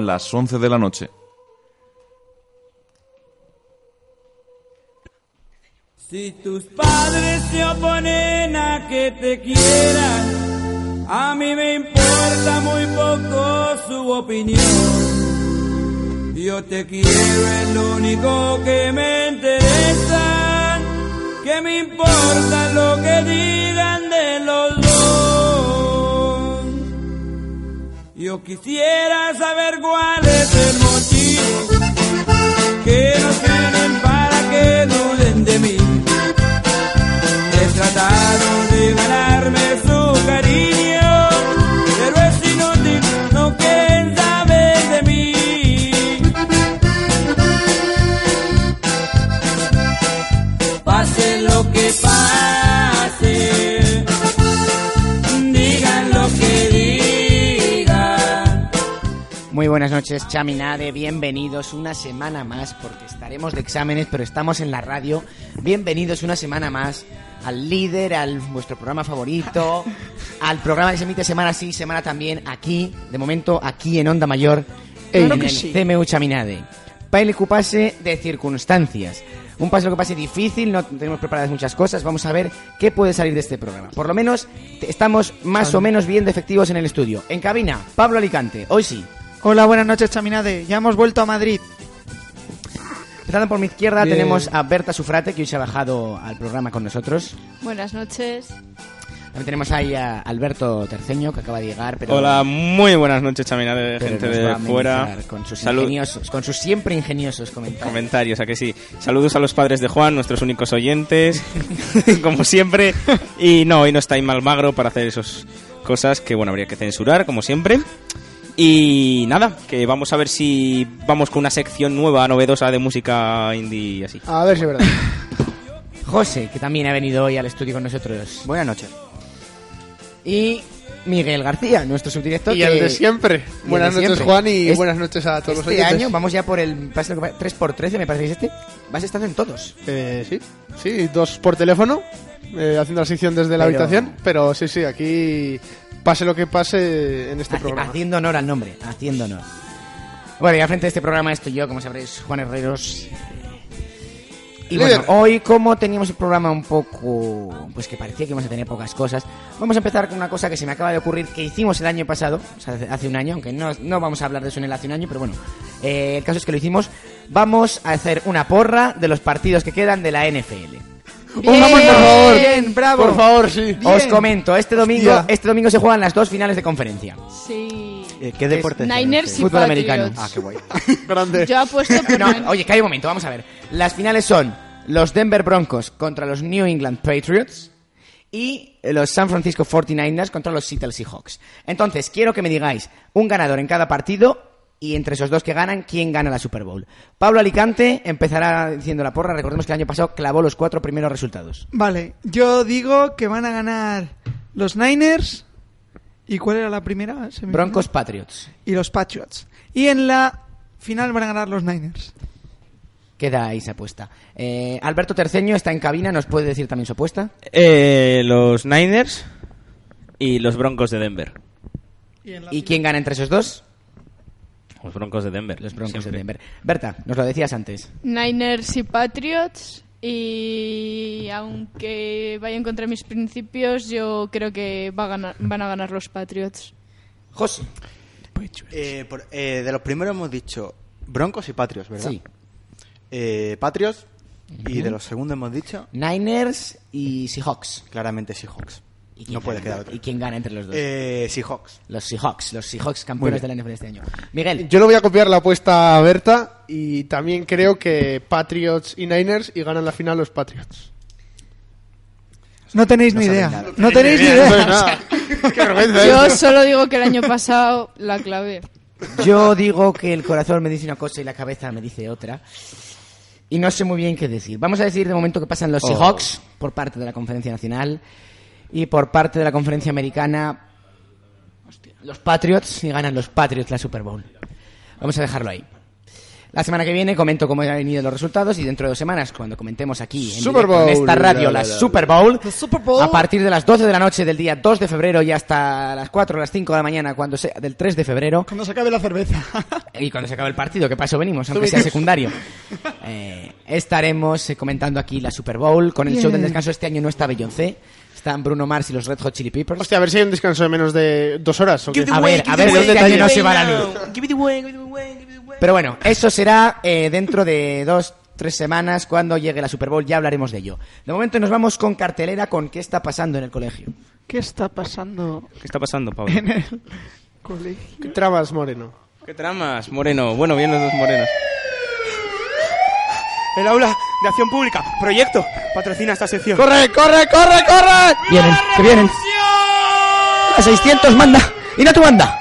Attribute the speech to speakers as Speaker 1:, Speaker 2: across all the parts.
Speaker 1: las 11 de la noche.
Speaker 2: Si tus padres se oponen a que te quieran, a mí me importa muy poco su opinión. Yo te quiero, es lo único que me interesa, que me importa lo que digan de los dos. Yo quisiera saber cuál es el motivo que nos tienen para que duden de mí. He tratado de ganarme su cariño, pero es inútil, no quieren saber de mí. Pase lo que pase, digan lo que digan.
Speaker 3: Muy buenas noches, Chaminade. Bienvenidos una semana más, porque estaremos de exámenes, pero estamos en la radio. Bienvenidos una semana más al líder, al vuestro programa favorito, al programa que se emite semana sí, semana también, aquí, de momento, aquí en Onda Mayor,
Speaker 4: Claro
Speaker 3: en
Speaker 4: que
Speaker 3: el
Speaker 4: sí.
Speaker 3: CMU Chaminade. Para ocupase de circunstancias. Un paso que pase difícil, no tenemos preparadas muchas cosas. Vamos a ver qué puede salir de este programa. Por lo menos te- estamos más o menos bien de efectivos en el estudio. En cabina, Pablo Alicante, hoy sí.
Speaker 4: Hola, buenas noches, Chaminade. Ya hemos vuelto a Madrid.
Speaker 3: Empezando por mi izquierda
Speaker 4: Bien.
Speaker 3: tenemos a Berta Sufrate, que hoy se ha bajado al programa con nosotros.
Speaker 5: Buenas noches.
Speaker 3: También tenemos ahí a Alberto Terceño, que acaba de llegar. Pero
Speaker 6: Hola, muy buenas noches, chaminade,
Speaker 3: pero
Speaker 6: gente
Speaker 3: nos va
Speaker 6: de
Speaker 3: a
Speaker 6: fuera.
Speaker 3: amenizar Con sus,
Speaker 6: Salud,
Speaker 3: ingeniosos, con sus siempre ingeniosos comentarios.
Speaker 6: comentarios, a que sí. Saludos a los padres de Juan, nuestros únicos oyentes, como siempre. Y no, hoy no está Imal Magro para hacer esas cosas que, bueno, habría que censurar, como siempre. Y nada, que vamos a ver si vamos con una sección nueva, novedosa de música indie y así.
Speaker 7: A ver si es verdad.
Speaker 3: José, que también ha venido hoy al estudio con nosotros.
Speaker 8: Buenas noches.
Speaker 3: Y Miguel García, nuestro subdirector.
Speaker 7: Y
Speaker 3: que-
Speaker 7: el de siempre.
Speaker 3: y el de
Speaker 7: Buenas noches,
Speaker 3: siempre.
Speaker 7: Juan, y
Speaker 3: Es-
Speaker 7: buenas noches a todos los
Speaker 3: Este
Speaker 7: oyentes.
Speaker 3: año vamos ya por el pase lo que pase, 3x13, me parece que es este. Vas estando en todos.
Speaker 7: Eh, sí, sí, dos por teléfono, eh, haciendo la sección desde la
Speaker 3: Pero-
Speaker 7: habitación, pero sí, sí, aquí pase lo que pase en este
Speaker 3: Haci-
Speaker 7: programa.
Speaker 3: Haciendo honor al nombre, haciendo honor. Bueno, y al frente de este programa estoy yo, como sabréis, Juan Herreros. Y bueno,
Speaker 7: Líder.
Speaker 3: hoy como teníamos el programa un poco... Pues que parecía que íbamos a tener pocas cosas, vamos a empezar con una cosa que se me acaba de ocurrir, que hicimos el año pasado, o sea, hace- hace un año, aunque no, no vamos a hablar de eso en el hace un año, pero bueno, eh, el caso es que lo hicimos. Vamos a hacer una porra de los partidos que quedan de la NFL.
Speaker 7: ¡Un vamos, por favor!
Speaker 4: Bien, bravo.
Speaker 7: Por favor, sí.
Speaker 4: Bien.
Speaker 3: Os comento, este domingo,
Speaker 7: Hostia.
Speaker 3: este domingo se juegan las dos finales de conferencia.
Speaker 5: Sí.
Speaker 8: Eh, ¿Qué deporte es?
Speaker 5: Niners y
Speaker 3: Fútbol
Speaker 5: Patriots.
Speaker 3: americano. Ah,
Speaker 8: Ah, qué guay.
Speaker 7: Grande.
Speaker 5: Yo apuesto por
Speaker 3: No,
Speaker 5: Niners.
Speaker 3: oye, cae un momento, vamos a ver. Las finales son los Denver Broncos contra los New England Patriots y los San Francisco 49ers contra los Seattle Seahawks. Entonces, quiero que me digáis un ganador en cada partido y entre esos dos que ganan, ¿quién gana la Super Bowl? Pablo Alicante empezará diciendo la porra. Recordemos que el año pasado clavó los cuatro primeros resultados.
Speaker 4: Vale, yo digo que van a ganar los Niners. ¿Y cuál era la primera? Se me
Speaker 3: Broncos
Speaker 4: olvidó.
Speaker 3: Patriots.
Speaker 4: Y los Patriots. Y en la final van a ganar los Niners.
Speaker 3: Queda ahí esa apuesta. Eh, Alberto Terceño está en cabina, ¿nos puede decir también su apuesta?
Speaker 6: Eh, los Niners y los Broncos de Denver.
Speaker 3: ¿Y quién gana entre esos dos?
Speaker 6: Los Broncos de Denver.
Speaker 3: Los Broncos
Speaker 6: siempre.
Speaker 3: de Denver. Berta, nos lo decías antes.
Speaker 5: Niners y Patriots. Y aunque vayan contra mis principios, yo creo que va a ganar- van a ganar los Patriots.
Speaker 3: José.
Speaker 8: Eh, por- eh, de los primeros hemos dicho Broncos y Patrios, ¿verdad?
Speaker 3: Sí.
Speaker 8: Eh, Patrios. Y de los segundos hemos dicho
Speaker 3: Niners y Seahawks.
Speaker 8: claramente Seahawks.
Speaker 3: ¿Y quién
Speaker 8: No puede
Speaker 3: gana?
Speaker 8: quedar otro.
Speaker 3: ¿Y quién gana entre los dos?
Speaker 8: Eh, Seahawks.
Speaker 3: Los Seahawks, los Seahawks campeones de la NFL este año. Miguel,
Speaker 7: Yo le voy a copiar la apuesta a Berta y también creo que Patriots y Niners y ganan la final los Patriots.
Speaker 4: No tenéis ni
Speaker 8: saben
Speaker 4: idea.
Speaker 8: nada.
Speaker 4: No tenéis ni idea.
Speaker 7: No es nada. Qué vergüenza,
Speaker 5: Yo
Speaker 7: ¿eh?
Speaker 5: solo digo que el año pasado la clavé.
Speaker 3: yo digo que el corazón me dice una cosa y la cabeza me dice otra. Y no sé muy bien qué decir. Vamos a decir de momento que pasan los
Speaker 7: Oh.
Speaker 3: Seahawks por parte de la Conferencia Nacional y por parte de la Conferencia Americana los Patriots y ganan los Patriots la Super Bowl. Vamos a dejarlo ahí. La semana que viene comento cómo han venido los resultados y dentro de dos semanas, cuando comentemos aquí en,
Speaker 7: Super
Speaker 3: directo en
Speaker 7: Bowl,
Speaker 3: esta
Speaker 7: la,
Speaker 3: radio la,
Speaker 7: la, la.
Speaker 3: Super Bowl,
Speaker 4: La Super Bowl.
Speaker 3: a partir de las 12 de la noche del día 2 de febrero y hasta las 4 o las 5 de la mañana, cuando sea del 3 de febrero,
Speaker 4: Cuando se acabe la cerveza.
Speaker 3: y cuando se acabe el partido, que paso venimos, aunque sea secundario. Eh, estaremos eh, comentando aquí la Super Bowl. Con el show del descanso este año no está Beyoncé, están Bruno Mars y los Red Hot Chili Peppers.
Speaker 7: Hostia, a ver si hay un descanso de menos de dos horas. ¿o qué?
Speaker 3: A ver, a ver,
Speaker 7: away,
Speaker 3: este
Speaker 7: give it
Speaker 3: año
Speaker 7: away
Speaker 3: no se va la luz. Pero bueno, eso será eh, dentro de dos, tres semanas, cuando llegue la Super Bowl, ya hablaremos de ello. De momento nos vamos con cartelera con qué está pasando en el colegio.
Speaker 4: ¿Qué está pasando
Speaker 6: ¿Qué está pasando, Pablo?
Speaker 4: en el colegio?
Speaker 7: ¿Qué trabas, Moreno?
Speaker 6: ¿Qué tramas, Moreno? Bueno, bien los dos morenos. El aula de acción pública, proyecto, patrocina esta sección.
Speaker 7: ¡Corre, corre, corre, corre!
Speaker 3: Vienen, que vienen. A 600 manda y no tu manda.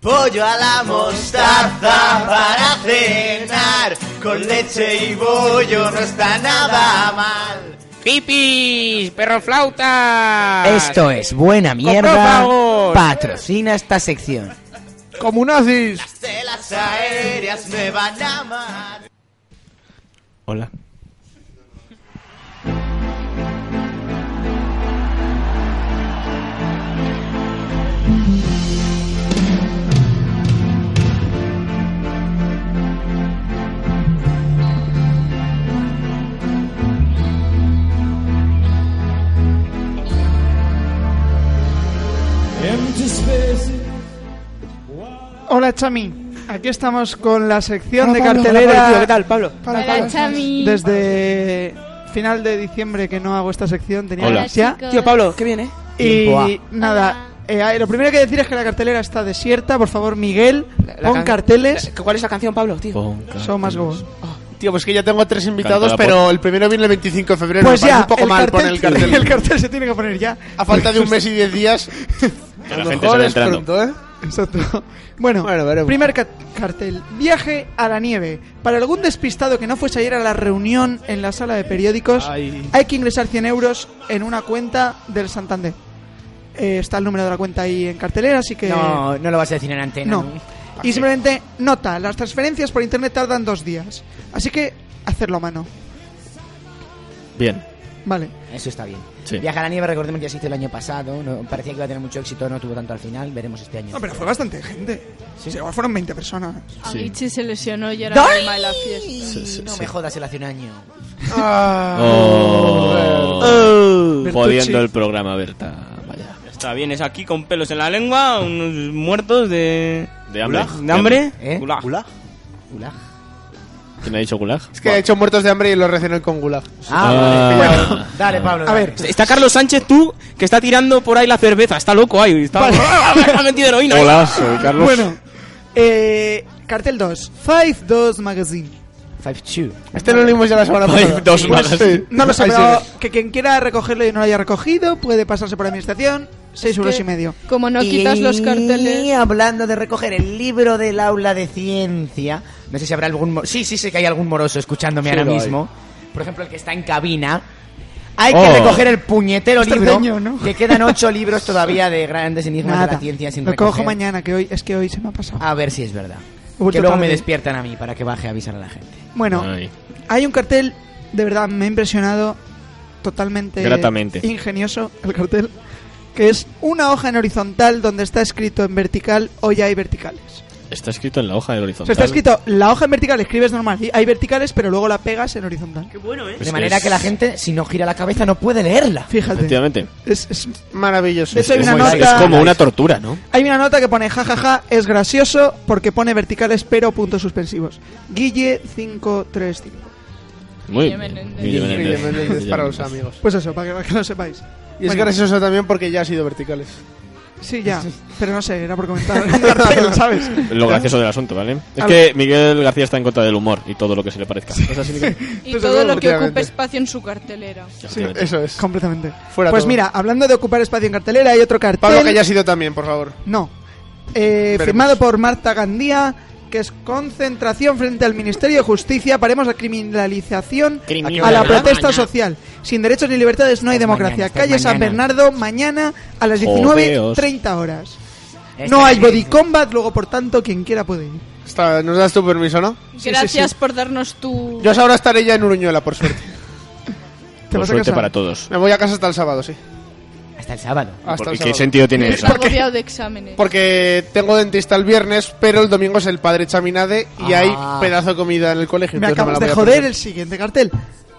Speaker 8: Pollo a la mostaza para cenar. Con leche y bollo no está nada mal.
Speaker 1: ¡Hippies! ¡Perro flauta!
Speaker 3: Esto es buena mierda.
Speaker 1: Coprófagos.
Speaker 3: Patrocina esta sección.
Speaker 7: ¡Como nazis!
Speaker 8: De las aéreas me van a matar.
Speaker 6: Hola.
Speaker 4: Hola, Chami. Aquí estamos con la sección de
Speaker 7: Pablo.
Speaker 4: cartelera.
Speaker 7: Hola, Pablo, ¿qué tal,
Speaker 4: Pablo?
Speaker 5: Hola, Chami.
Speaker 4: Desde final de diciembre que no hago esta sección, tenía
Speaker 6: Hola.
Speaker 4: ya.
Speaker 5: Tío Pablo.
Speaker 4: Y
Speaker 3: Tiempo A.
Speaker 4: nada, eh, ah, lo primero que decir es que la cartelera está desierta. Por favor, Miguel, pon carteles.
Speaker 1: ¿Cuál es la canción, Pablo, tío?
Speaker 4: Son más gobos.
Speaker 7: Tío, pues que ya tengo a tres invitados,
Speaker 6: Cantada
Speaker 7: pero el primero viene el 25 de febrero.
Speaker 4: Pues
Speaker 7: me parece
Speaker 4: ya,
Speaker 7: un poco
Speaker 4: el,
Speaker 7: mal
Speaker 4: cartel,
Speaker 7: poner el cartel.
Speaker 4: el cartel se tiene que poner ya.
Speaker 7: A falta de un mes y diez días.
Speaker 6: Que
Speaker 7: a
Speaker 6: la
Speaker 7: lo
Speaker 6: gente se
Speaker 7: mejor
Speaker 6: va
Speaker 7: es
Speaker 6: entrando.
Speaker 7: pronto, ¿eh?
Speaker 4: Exacto. Bueno,
Speaker 7: Bueno, veremos.
Speaker 4: primer ca- cartel. Viaje a la nieve. Para algún despistado que no fuese ayer a la reunión en la sala de periódicos,
Speaker 7: Ay.
Speaker 4: hay que ingresar 100 euros en una cuenta del Santander. Eh, está el número de la cuenta ahí en cartelera, así que...
Speaker 3: No, no lo vas a decir en antena.
Speaker 4: No. Y simplemente nota, las transferencias por internet tardan dos días. Así que hacerlo a mano.
Speaker 6: Bien.
Speaker 4: Vale.
Speaker 3: Eso está bien.
Speaker 6: Sí.
Speaker 3: Viaja a la nieve, recordemos que ya se hizo el año pasado. no- parecía que iba a tener mucho éxito, no tuvo tanto al final. Veremos este año.
Speaker 4: No, pero fue bastante gente. Sí, igual fueron 20 personas.
Speaker 5: Avicii se lesionó y era el alma de la fiesta.
Speaker 3: Y no me jodas el hace un año.
Speaker 4: Oh. Bertucci.
Speaker 9: Jodiendo el programa, Berta. Vaya.
Speaker 6: Está bien, es aquí con pelos en la lengua, unos muertos de...
Speaker 9: De hambre.
Speaker 6: ¿De hambre?
Speaker 3: ¿Eh?
Speaker 6: Gulag.
Speaker 8: ¿Ula?
Speaker 3: Gulag.
Speaker 9: ¿Quién ha dicho gulag?
Speaker 7: Es que he hecho muertos de hambre y lo rellené con gulag.
Speaker 3: Ah, vale. Dale, Pablo.
Speaker 4: A ver,
Speaker 6: Está Carlos Sánchez, tú, que está tirando por ahí la cerveza. Está loco ahí. Está... ha metido heroína.
Speaker 9: Hola, soy Carlos.
Speaker 4: bueno. Eh, cartel 2. Five 2 Magazine.
Speaker 3: Five two.
Speaker 7: Este lo leímos ya la semana
Speaker 9: Ay,
Speaker 7: pasada.
Speaker 9: dos más.
Speaker 7: Sí.
Speaker 4: No lo sé,
Speaker 7: Ahí
Speaker 4: pero
Speaker 7: sigue.
Speaker 4: que quien quiera recogerlo y no lo haya recogido puede pasarse por la administración. 6 euros y medio.
Speaker 5: Como no quitas los
Speaker 3: Y
Speaker 5: carteles.
Speaker 3: hablando de recoger el libro del aula de ciencia, no sé si habrá algún... mo- Sí, sí sé que hay algún moroso escuchándome
Speaker 7: Sí,
Speaker 3: ahora
Speaker 7: lo hay.
Speaker 3: mismo. Por ejemplo, el que está en cabina. Hay
Speaker 9: Oh.
Speaker 3: que recoger el puñetero
Speaker 4: Este
Speaker 3: libro,
Speaker 4: ceño, ¿no?
Speaker 3: que quedan ocho libros todavía de grandes enigmas de la ciencia sin
Speaker 4: Lo cojo
Speaker 3: recoger. Ah.
Speaker 4: mañana, que hoy es que hoy se me ha pasado.
Speaker 3: A ver si es verdad.
Speaker 4: He vuelto
Speaker 3: Que luego
Speaker 4: tarde.
Speaker 3: me despiertan a mí para que baje a avisar a la gente.
Speaker 4: Bueno,
Speaker 9: Ay.
Speaker 4: hay un cartel, de verdad, me ha impresionado totalmente
Speaker 9: Gratamente.
Speaker 4: ingenioso el cartel, que es una hoja en horizontal donde está escrito en vertical, hoy hay verticales.
Speaker 9: Está escrito en la hoja del
Speaker 4: O
Speaker 9: horizonte.
Speaker 4: sea, está escrito, la hoja en vertical escribes normal, y hay verticales, pero luego la pegas en horizontal.
Speaker 9: Pues
Speaker 3: de manera que la gente, si no gira la cabeza, no puede leerla.
Speaker 4: Fíjate.
Speaker 9: Efectivamente.
Speaker 4: Es- es-
Speaker 7: Maravilloso.
Speaker 4: De hecho, hay
Speaker 9: Es
Speaker 4: una
Speaker 9: muy-
Speaker 4: nota-
Speaker 9: es como una tortura, ¿no?
Speaker 4: hay una nota que pone, jajaja, es gracioso porque pone verticales pero puntos suspensivos. Guille 535.
Speaker 9: Muy
Speaker 5: Guille Menéndez.
Speaker 9: Guille
Speaker 7: Sí,
Speaker 9: Menéndez.
Speaker 7: Menéndez
Speaker 9: Guille
Speaker 7: para los
Speaker 9: Menéndez.
Speaker 7: amigos.
Speaker 4: Pues eso, para que, para que lo sepáis.
Speaker 7: Y es
Speaker 4: Bueno.
Speaker 7: gracioso también porque ya ha sido verticales.
Speaker 4: Sí, ya, pero no sé, era por comentar un cartel, ¿sabes?
Speaker 9: Lo gracioso del asunto, ¿vale? Es
Speaker 4: Al-
Speaker 9: que Miguel García está en contra del humor y todo lo que se le parezca.
Speaker 5: Y
Speaker 7: Desde
Speaker 5: todo
Speaker 7: luego,
Speaker 5: lo que ocupe
Speaker 7: efectivamente.
Speaker 5: espacio en su cartelera.
Speaker 7: Sí, eso es.
Speaker 4: Completamente.
Speaker 7: Fuera
Speaker 4: pues
Speaker 7: todo.
Speaker 4: mira, hablando de ocupar espacio en cartelera, hay otro cartel.
Speaker 7: Pablo, que ya ha sido también, por favor.
Speaker 4: No. Eh,
Speaker 7: Veremos.
Speaker 4: firmado por Marta Gandía, que es concentración frente al Ministerio de Justicia. Paremos la criminalización a la protesta social. Sin derechos ni libertades no hay
Speaker 3: Esta
Speaker 4: democracia.
Speaker 3: Pues mañana, esta
Speaker 4: Calle San
Speaker 3: mañana. Oh,
Speaker 4: Bernardo, mañana a las
Speaker 9: Jodeos.
Speaker 3: Este
Speaker 4: 19.30 horas. No hay body combat, luego por tanto quien quiera puede ir.
Speaker 7: Está- ¿Nos das tu permiso, no?
Speaker 5: Gracias por darnos tu...
Speaker 7: Yo ahora estaré ya en Uruñuela, por suerte.
Speaker 4: ¿Te
Speaker 9: Por
Speaker 4: vas a
Speaker 9: suerte
Speaker 4: casar?
Speaker 9: para todos.
Speaker 7: Me voy a casa hasta el sábado, sí.
Speaker 3: Hasta el sábado.
Speaker 7: Ah, Hasta
Speaker 9: ¿Por-
Speaker 7: el
Speaker 9: ¿Qué
Speaker 7: sábado.
Speaker 9: sentido tiene
Speaker 5: Está
Speaker 9: eso?
Speaker 7: ¿Por qué?
Speaker 5: agobiado de exámenes.
Speaker 7: Porque tengo dentista el viernes, pero el domingo es el padre Chaminade y
Speaker 3: Ah.
Speaker 7: hay pedazo de comida en el colegio.
Speaker 4: Me
Speaker 7: entonces no
Speaker 4: acabas
Speaker 7: la
Speaker 4: de
Speaker 7: voy a
Speaker 4: joder
Speaker 7: perder.
Speaker 4: el siguiente cartel.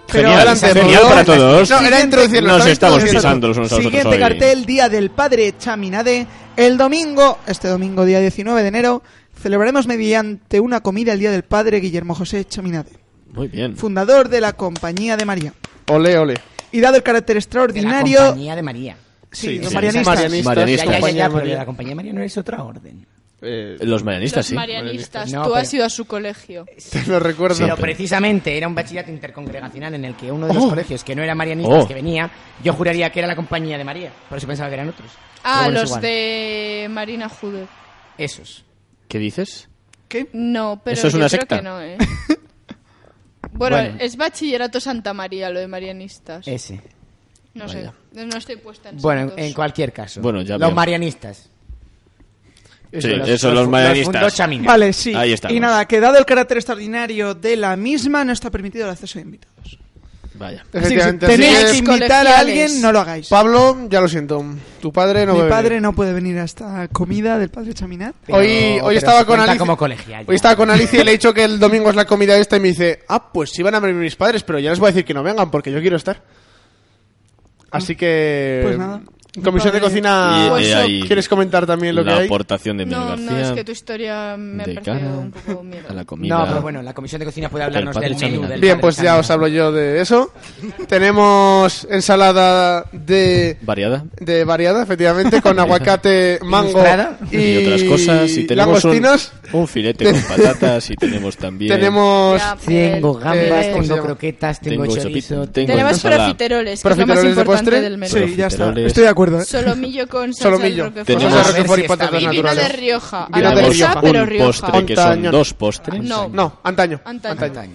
Speaker 9: Genial, genial
Speaker 7: por
Speaker 9: para
Speaker 7: favor.
Speaker 9: todos.
Speaker 7: No, era introducirlo.
Speaker 9: Nos
Speaker 7: ¿sabes?
Speaker 9: estamos
Speaker 7: Introducirlo.
Speaker 9: pisando los unos a los otros
Speaker 4: Siguiente
Speaker 9: hoy.
Speaker 4: cartel, Día del Padre Chaminade. El domingo, este domingo, día 19 de enero, celebraremos mediante una comida el Día del Padre Guillermo José Chaminade,
Speaker 9: Muy bien.
Speaker 4: fundador de la Compañía de María.
Speaker 7: Ole, ole.
Speaker 4: Y dado el carácter
Speaker 3: De la
Speaker 4: extraordinario...
Speaker 3: compañía de María.
Speaker 4: Sí, los
Speaker 9: sí.
Speaker 4: marianistas.
Speaker 7: Marianistas. Eh,
Speaker 9: Marianistas.
Speaker 3: Ya, ya, ya,
Speaker 7: Compañía
Speaker 3: ya,
Speaker 7: de
Speaker 3: pero
Speaker 7: María.
Speaker 3: la compañía de María no es otra orden.
Speaker 9: Los
Speaker 5: Los
Speaker 9: marianistas, sí.
Speaker 5: marianistas.
Speaker 3: No,
Speaker 5: Tú has
Speaker 3: pero-
Speaker 5: ido a su colegio.
Speaker 7: Te lo recuerdo.
Speaker 3: Pero
Speaker 9: Siempre.
Speaker 3: precisamente era un bachillerato intercongregacional en el que uno de los
Speaker 9: Oh.
Speaker 3: colegios que no era marianistas
Speaker 9: Oh.
Speaker 3: que venía, yo juraría que era la compañía de María. Por eso pensaba que eran otros.
Speaker 5: Ah,
Speaker 3: Pero bueno, es
Speaker 5: los
Speaker 3: igual.
Speaker 5: de Marina Jude.
Speaker 3: Esos.
Speaker 9: ¿Qué dices?
Speaker 5: No, pero
Speaker 9: Eso es
Speaker 5: yo
Speaker 9: una
Speaker 5: creo
Speaker 9: secta.
Speaker 5: que no, ¿eh? Bueno,
Speaker 3: Bueno.
Speaker 5: es bachillerato Santa María lo de marianistas.
Speaker 3: Ese.
Speaker 5: no sé, no estoy puesta en
Speaker 3: Bueno, en,
Speaker 5: santos.
Speaker 3: en cualquier caso.
Speaker 9: Bueno, ya
Speaker 3: los
Speaker 9: veo.
Speaker 3: marianistas.
Speaker 9: Sí, eso, los
Speaker 3: Los fundos
Speaker 9: marianistas.
Speaker 3: Chaminas.
Speaker 4: Vale, sí.
Speaker 9: Ahí estamos.
Speaker 4: Y nada, que dado el carácter extraordinario de la misma, no está permitido el acceso de invitados.
Speaker 9: Vaya.
Speaker 4: Así que si
Speaker 7: Efectivamente.
Speaker 4: tenéis
Speaker 7: así
Speaker 4: que
Speaker 7: es.
Speaker 4: invitar a
Speaker 5: colegiales.
Speaker 4: alguien, no lo hagáis.
Speaker 7: Pablo, ya lo siento. Tu padre no
Speaker 4: Mi
Speaker 7: bebe.
Speaker 4: padre no puede venir a esta comida del padre Chaminat.
Speaker 3: Pero-
Speaker 7: hoy,
Speaker 3: pero
Speaker 7: hoy estaba
Speaker 3: se
Speaker 7: con
Speaker 3: cuenta
Speaker 7: Alicia.
Speaker 3: como colegial, ya.
Speaker 7: hoy estaba con Alicia y le he dicho que el domingo es la comida esta y me dice, ah, pues sí van a venir mis padres, pero ya les voy a decir que no vengan porque yo quiero estar. Así que.
Speaker 4: Pues nada. Pues
Speaker 7: Comisión
Speaker 4: Mi padre-
Speaker 7: de cocina.
Speaker 9: Y- y ahí-
Speaker 7: ¿Quieres comentar también lo que
Speaker 9: la
Speaker 7: hay?
Speaker 9: aportación de Miguel
Speaker 5: No,
Speaker 9: García.
Speaker 5: no, es que tu historia me ha
Speaker 9: de cara
Speaker 5: parecido un poco miedo.
Speaker 9: a la comida.
Speaker 3: No, pero bueno, la comisión de cocina puede hablarnos
Speaker 9: padre
Speaker 3: del menú.
Speaker 9: Chaminade.
Speaker 3: Del
Speaker 7: Bien,
Speaker 3: padre
Speaker 7: pues ya
Speaker 3: Chaminade.
Speaker 7: os hablo yo de eso. Tenemos ensalada de,
Speaker 9: Variada.
Speaker 7: de variada, efectivamente, con aguacate, mango
Speaker 3: Ilustrada.
Speaker 7: y,
Speaker 9: Y, otras cosas. Y tenemos un,
Speaker 7: langostinos.
Speaker 9: un filete con patatas. Y tenemos también.
Speaker 7: Tenemos
Speaker 3: pues,
Speaker 5: Ya,
Speaker 3: Tengo
Speaker 5: eh,
Speaker 3: gambas,
Speaker 7: eh, ¿cómo se
Speaker 3: tengo
Speaker 7: llama?
Speaker 3: croquetas, tengo,
Speaker 9: Tengo
Speaker 3: chorizo.
Speaker 9: sopi- tengo
Speaker 5: Tenemos
Speaker 9: ensalada.
Speaker 5: profiteroles, que es lo más
Speaker 7: ¿Profiteroles de
Speaker 5: importante
Speaker 7: postre?
Speaker 5: del menú.
Speaker 4: Sí, ya está.
Speaker 9: Profiteroles.
Speaker 4: Estoy de acuerdo. ¿eh?
Speaker 5: Solomillo con salsa
Speaker 7: solomillo.
Speaker 5: del Roquefort.
Speaker 9: Tenemos-
Speaker 7: Salsa
Speaker 3: A ver
Speaker 7: Roquefort
Speaker 3: si
Speaker 7: y
Speaker 3: está
Speaker 7: patatas
Speaker 3: bien.
Speaker 5: Y vino de
Speaker 7: naturales.
Speaker 5: Rioja. A
Speaker 7: Vino
Speaker 5: la
Speaker 7: de
Speaker 9: tenemos
Speaker 5: rusa,
Speaker 7: Rioja.
Speaker 5: pero
Speaker 9: un
Speaker 5: Rioja.
Speaker 9: postre que son
Speaker 7: Antaño.
Speaker 9: dos postres.
Speaker 5: No.
Speaker 7: No, antaño.
Speaker 5: Antaño.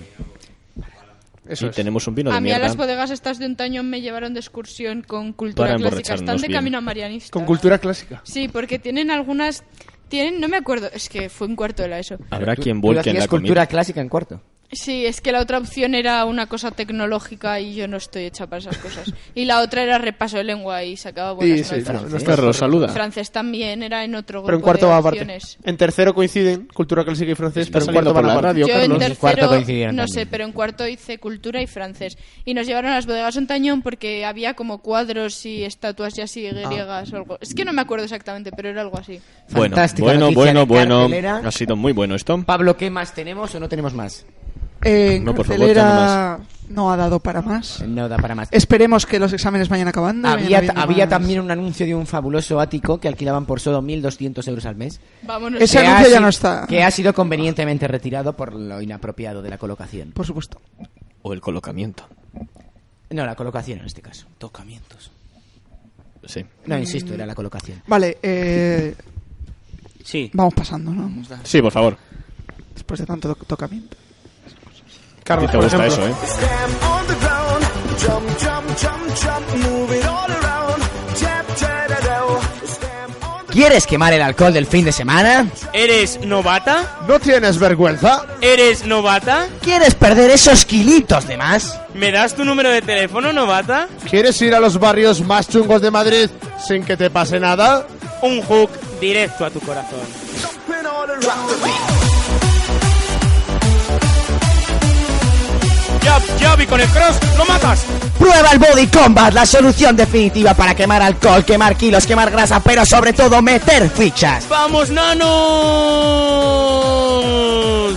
Speaker 7: Eso
Speaker 9: Y
Speaker 7: es.
Speaker 9: tenemos un vino de
Speaker 5: A mí a
Speaker 9: mierda.
Speaker 5: las bodegas estas de Antaño me llevaron de excursión con cultura
Speaker 9: Para
Speaker 5: clásica. Están
Speaker 9: emborracharnos
Speaker 5: de
Speaker 9: bien.
Speaker 5: camino a Marianista.
Speaker 7: Con cultura clásica.
Speaker 5: Sí, porque tienen algunas... Tienen, no me acuerdo, es que fue un cuarto de la ESO.
Speaker 9: Habrá
Speaker 3: Tú-
Speaker 9: quien
Speaker 3: tú
Speaker 9: vuelque en
Speaker 3: hacías
Speaker 9: la
Speaker 3: cultura
Speaker 9: comida.
Speaker 3: clásica en cuarto.
Speaker 5: Sí, es que la otra opción era una cosa tecnológica y yo no estoy hecha para esas cosas. Y la otra era repaso de lengua y sacaba buenas
Speaker 7: Y sí,
Speaker 5: notas.
Speaker 7: no, no está-
Speaker 9: Perro, saluda.
Speaker 5: Francés también era en otro grupo
Speaker 7: Pero en cuarto
Speaker 5: de
Speaker 7: va aparte.
Speaker 5: opciones.
Speaker 7: En tercero coinciden cultura clásica y francés, pero en
Speaker 9: saliendo
Speaker 7: cuarto
Speaker 9: por
Speaker 7: van
Speaker 9: la
Speaker 7: aparte.
Speaker 9: radio. Yo,
Speaker 5: Yo en
Speaker 9: Carlos.
Speaker 5: tercero,
Speaker 3: Cuarto
Speaker 5: no
Speaker 3: coincidieron
Speaker 5: sé,
Speaker 3: también.
Speaker 5: pero en cuarto hice cultura y francés. Y nos llevaron a las bodegas Antañón porque había como cuadros y estatuas y así
Speaker 6: Ah.
Speaker 5: griegas o algo. Es que no me acuerdo exactamente, pero era algo así.
Speaker 9: Bueno,
Speaker 3: Fantástica
Speaker 9: bueno,
Speaker 3: noticia
Speaker 9: bueno,
Speaker 3: de
Speaker 9: bueno.
Speaker 3: cartelera.
Speaker 9: Ha sido muy bueno esto.
Speaker 3: Pablo, ¿qué más tenemos o no tenemos más?
Speaker 4: Eh, en
Speaker 9: No, por favor,
Speaker 4: cartelera no ha dado para más.
Speaker 3: No da para más.
Speaker 4: Esperemos que los exámenes vayan acabando. y vayan
Speaker 3: Había,
Speaker 4: habiendo
Speaker 3: había
Speaker 4: más.
Speaker 3: también un anuncio de un fabuloso ático que alquilaban por solo 1.200 euros al mes.
Speaker 5: Vámonos.
Speaker 4: Ese
Speaker 3: que
Speaker 4: anuncio
Speaker 3: ha
Speaker 4: ya
Speaker 3: si-
Speaker 4: no está.
Speaker 3: Que ha sido convenientemente retirado por lo inapropiado de la colocación.
Speaker 4: Por supuesto.
Speaker 9: O el colocamiento.
Speaker 3: No, la colocación en este caso. Tocamientos.
Speaker 9: Sí.
Speaker 3: No, insisto, era la colocación.
Speaker 4: Vale, eh,
Speaker 6: Sí.
Speaker 4: vamos pasando, ¿no?
Speaker 9: Sí, por favor.
Speaker 4: Después de tanto to- tocamiento.
Speaker 9: A ti
Speaker 7: Carlos,
Speaker 9: te
Speaker 7: Ah, por
Speaker 9: gusta
Speaker 7: ejemplo.
Speaker 9: eso, ¿eh?
Speaker 3: ¿Quieres quemar el alcohol del fin de semana?
Speaker 6: ¿Eres novata?
Speaker 7: ¿No tienes vergüenza?
Speaker 6: ¿Eres novata?
Speaker 3: ¿Quieres perder esos kilitos de más?
Speaker 6: ¿Me das tu número de teléfono, novata?
Speaker 7: ¿Quieres ir a los barrios más chungos de Madrid sin que te pase nada?
Speaker 6: Un hook directo a tu corazón. Ya, ya vi con el cross, lo matas.
Speaker 3: Prueba el Body Combat, la solución definitiva para quemar alcohol, quemar kilos, quemar grasa, pero sobre todo meter fichas.
Speaker 6: ¡Vamos, nanos!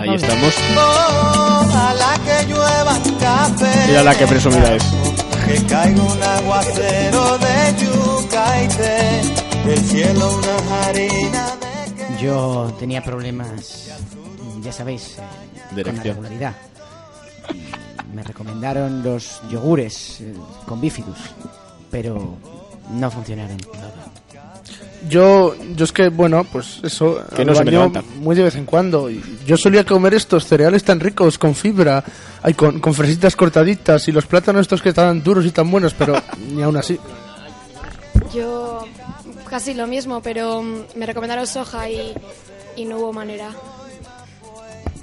Speaker 9: Ahí estamos. Mira la que presumida es.
Speaker 8: Que caiga un aguacero de yuca y té, del cielo una harina de que...
Speaker 3: Yo tenía problemas, ya sabéis, eh,
Speaker 9: De
Speaker 3: con la
Speaker 9: erección.
Speaker 3: regularidad. Me recomendaron los yogures eh, con bifidus, pero no funcionaron.
Speaker 7: Yo, yo es que, bueno, pues eso.
Speaker 9: Que
Speaker 7: al
Speaker 9: no se me
Speaker 7: baño
Speaker 9: levanta.
Speaker 7: Muy de vez en cuando. Y Yo solía comer estos cereales tan ricos, con fibra, ay, con, con fresitas cortaditas y los plátanos estos que estaban duros y tan buenos, pero ni aún así.
Speaker 5: Yo
Speaker 10: casi lo mismo, pero mm, me recomendaron soja y, y no hubo manera.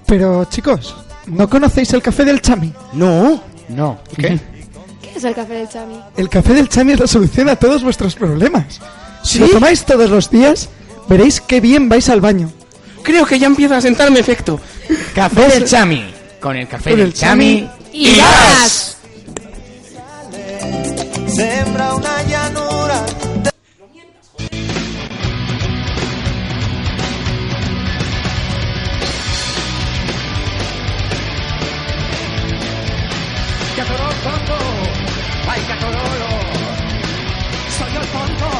Speaker 4: Pero chicos, ¿no conocéis el café del chami?
Speaker 3: No. No.
Speaker 4: ¿Qué?
Speaker 10: ¿Qué es el café del chami?
Speaker 4: El café del chami es la solución a todos vuestros problemas. Si
Speaker 10: ¿Sí?
Speaker 4: lo tomáis todos los días, veréis qué bien vais al baño.
Speaker 1: Creo que ya empieza a sentarme efecto.
Speaker 3: Café del chami. Con el café
Speaker 4: Con
Speaker 3: del
Speaker 4: el
Speaker 3: chami.
Speaker 8: y gas. Sembra una llanura.
Speaker 11: Catorol tonto, ay Catorolo, soy el tonto,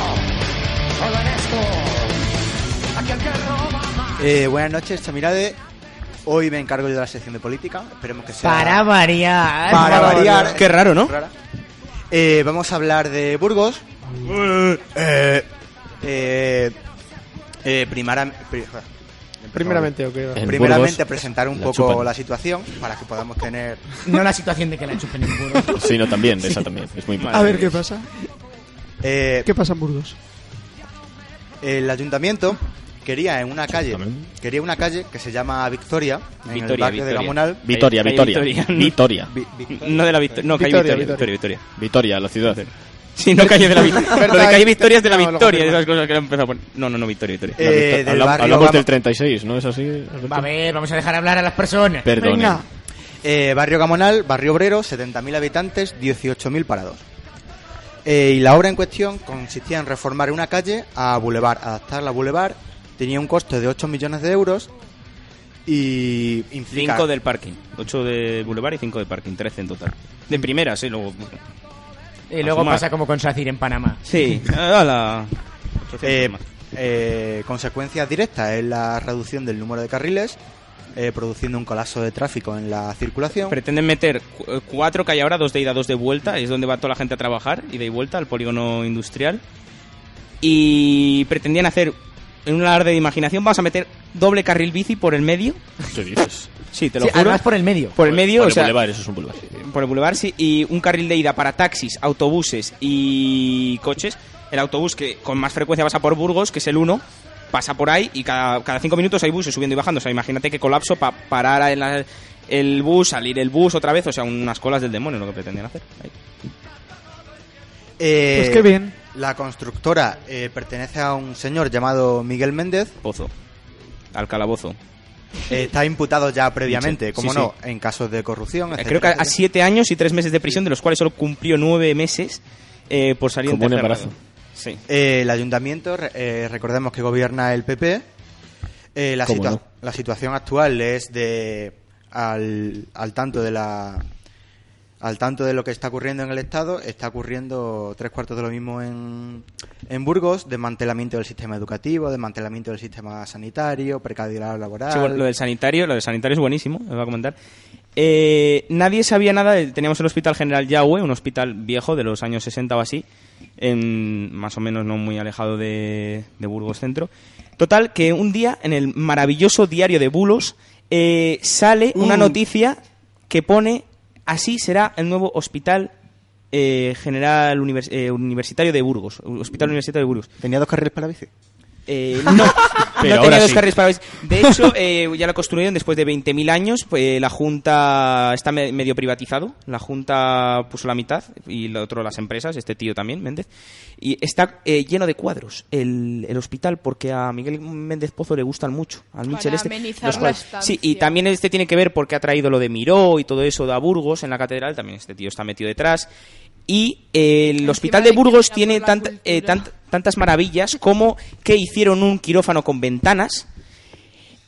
Speaker 11: todo en esto, aquel que roba más.
Speaker 12: Eh, buenas noches, Chamirade. Hoy me encargo yo de la sección de política. Esperemos que sea.
Speaker 3: Para variar.
Speaker 12: Para variar.
Speaker 6: Qué Ah, raro, ¿no?
Speaker 12: Rara. Eh, vamos a hablar de Burgos. Eh, eh, eh, primara- pri-
Speaker 7: Primeramente, ok, va. En
Speaker 12: Primeramente,
Speaker 7: Burgos
Speaker 12: presentar un
Speaker 7: la
Speaker 12: poco
Speaker 7: chupan.
Speaker 12: la situación para que podamos tener.
Speaker 3: No la situación de que la chupen en Burgos.
Speaker 9: Sí, no, también, esa también. Es muy importante.
Speaker 4: A ver qué pasa.
Speaker 12: Eh,
Speaker 4: ¿Qué pasa en Burgos?
Speaker 12: El ayuntamiento quería en una calle, quería una calle que se llama Victoria, en el
Speaker 6: Victoria,
Speaker 12: barrio de
Speaker 6: Victoria.
Speaker 12: Gamonal.
Speaker 9: Vitoria,
Speaker 6: Calle
Speaker 9: Vitoria.
Speaker 6: Vitoria.
Speaker 9: Vitoria.
Speaker 12: Vi- Victoria.
Speaker 6: No de la Victoria, no, calle
Speaker 12: Victoria,
Speaker 6: Victoria, Victoria, Victoria.
Speaker 9: Vitoria, la ciudad.
Speaker 6: Eh, Sí, no calle de la Victoria. Lo de calle Victoria es de la
Speaker 9: No, Eh, lo
Speaker 6: Victoria,
Speaker 9: confirmo.
Speaker 6: esas cosas que le han empezado a poner. No, no, no, Victoria, Victoria.
Speaker 12: Eh,
Speaker 9: La Victoria. Habla- hablamos del 36, ¿no? ¿Es así? Alberto?
Speaker 3: Va a ver, vamos a dejar hablar a las personas.
Speaker 9: Perdone. Venga.
Speaker 12: Eh, barrio Gamonal, barrio obrero, 70.000 habitantes, 18.000 parados. Eh, y la obra en cuestión consistía en reformar una calle a Boulevard, adaptarla a Boulevard. Tenía un coste de 8 millones de euros y implica...
Speaker 6: 5 del parking, 8 de Boulevard y 5 de parking, 13 en total.
Speaker 9: Mm.
Speaker 6: De primeras, sí, luego.
Speaker 3: Y luego
Speaker 6: Asumar.
Speaker 3: pasa como con Sacir en Panamá.
Speaker 6: Sí, hala.
Speaker 12: Eh, eh, consecuencias directas es la reducción del número de carriles, eh, produciendo un colapso de tráfico en la circulación.
Speaker 6: Pretenden meter cu- eh, cuatro calle ahora, dos de ida, dos de vuelta, es donde va toda la gente a trabajar, ida y vuelta al polígono industrial. Y pretendían hacer, en un alarde de imaginación, vamos a meter doble carril bici por el medio.
Speaker 9: ¿Qué dices?
Speaker 6: Sí, te lo
Speaker 3: Sí,
Speaker 6: juro.
Speaker 3: además por el medio.
Speaker 6: Por el medio,
Speaker 9: Por
Speaker 6: o sea,
Speaker 9: el boulevard, eso es un boulevard.
Speaker 6: por el boulevard, sí, y un carril de ida para taxis, autobuses y coches. El autobús que con más frecuencia pasa por Burgos, que es el 1, pasa por ahí y cada, cada cinco minutos hay buses subiendo y bajando. O sea, imagínate que colapso para parar en la- el bus, salir el bus otra vez. O sea, unas colas del demonio lo que pretendían hacer. Ahí.
Speaker 12: Eh,
Speaker 4: Pues qué bien.
Speaker 12: La constructora eh, pertenece a un señor llamado Miguel Méndez.
Speaker 6: Pozo. Al calabozo.
Speaker 12: Eh, está imputado ya previamente,
Speaker 6: Sí,
Speaker 12: como
Speaker 6: sí.
Speaker 12: no, en casos de corrupción.
Speaker 6: Eh,
Speaker 12: etcétera,
Speaker 6: Creo que a, a
Speaker 12: etcétera.
Speaker 6: siete años y tres meses de prisión, de los cuales solo cumplió nueve meses eh, por salir en
Speaker 12: Como un
Speaker 6: tercer
Speaker 12: embarazo.
Speaker 6: grado. Sí.
Speaker 12: Eh, el ayuntamiento, re- eh, recordemos que gobierna el PP. Eh, la,
Speaker 6: ¿Cómo
Speaker 12: situa-
Speaker 6: no?
Speaker 12: la situación actual es de al, al tanto de la al tanto de lo que está ocurriendo en el estado está ocurriendo tres cuartos de lo mismo en, en Burgos desmantelamiento del sistema educativo desmantelamiento del sistema sanitario precariedad laboral
Speaker 6: Sí, bueno, lo del sanitario, lo del sanitario es buenísimo, os voy a comentar. Eh, nadie sabía nada, eh, teníamos el Hospital General Yahweh, un hospital viejo de los años 60 o así, en, más o menos no muy alejado de, de Burgos Centro. Total, que un día en el maravilloso diario de Bulos eh, sale una
Speaker 1: Mm.
Speaker 6: noticia que pone, así será el nuevo hospital eh, general univers- eh, universitario de Burgos, Hospital Universitario de Burgos.
Speaker 12: Mm. ¿Tenía dos carriles para bici?
Speaker 6: Eh, no,
Speaker 12: Pero
Speaker 6: no
Speaker 12: ahora
Speaker 6: tenía dos
Speaker 12: sí.
Speaker 6: carriles para bici. De hecho, eh, ya lo construyeron después de 20.000 años. Pues, la Junta está me- medio privatizado. La Junta puso la mitad y lo otro las empresas. Este tío también, Méndez. Y está eh, lleno de cuadros el, el hospital porque a Miguel Méndez Pozo le gustan mucho. Al Michel este.
Speaker 5: amenizar
Speaker 6: los
Speaker 5: la
Speaker 6: cuadros.
Speaker 5: estancia.
Speaker 6: Sí, y también este tiene que ver porque ha traído lo de Miró y todo eso de a Burgos en la catedral. También este tío está metido detrás. Y eh, el hospital de Burgos tiene tant- eh, tant- tantas maravillas como que hicieron un quirófano con ventanas.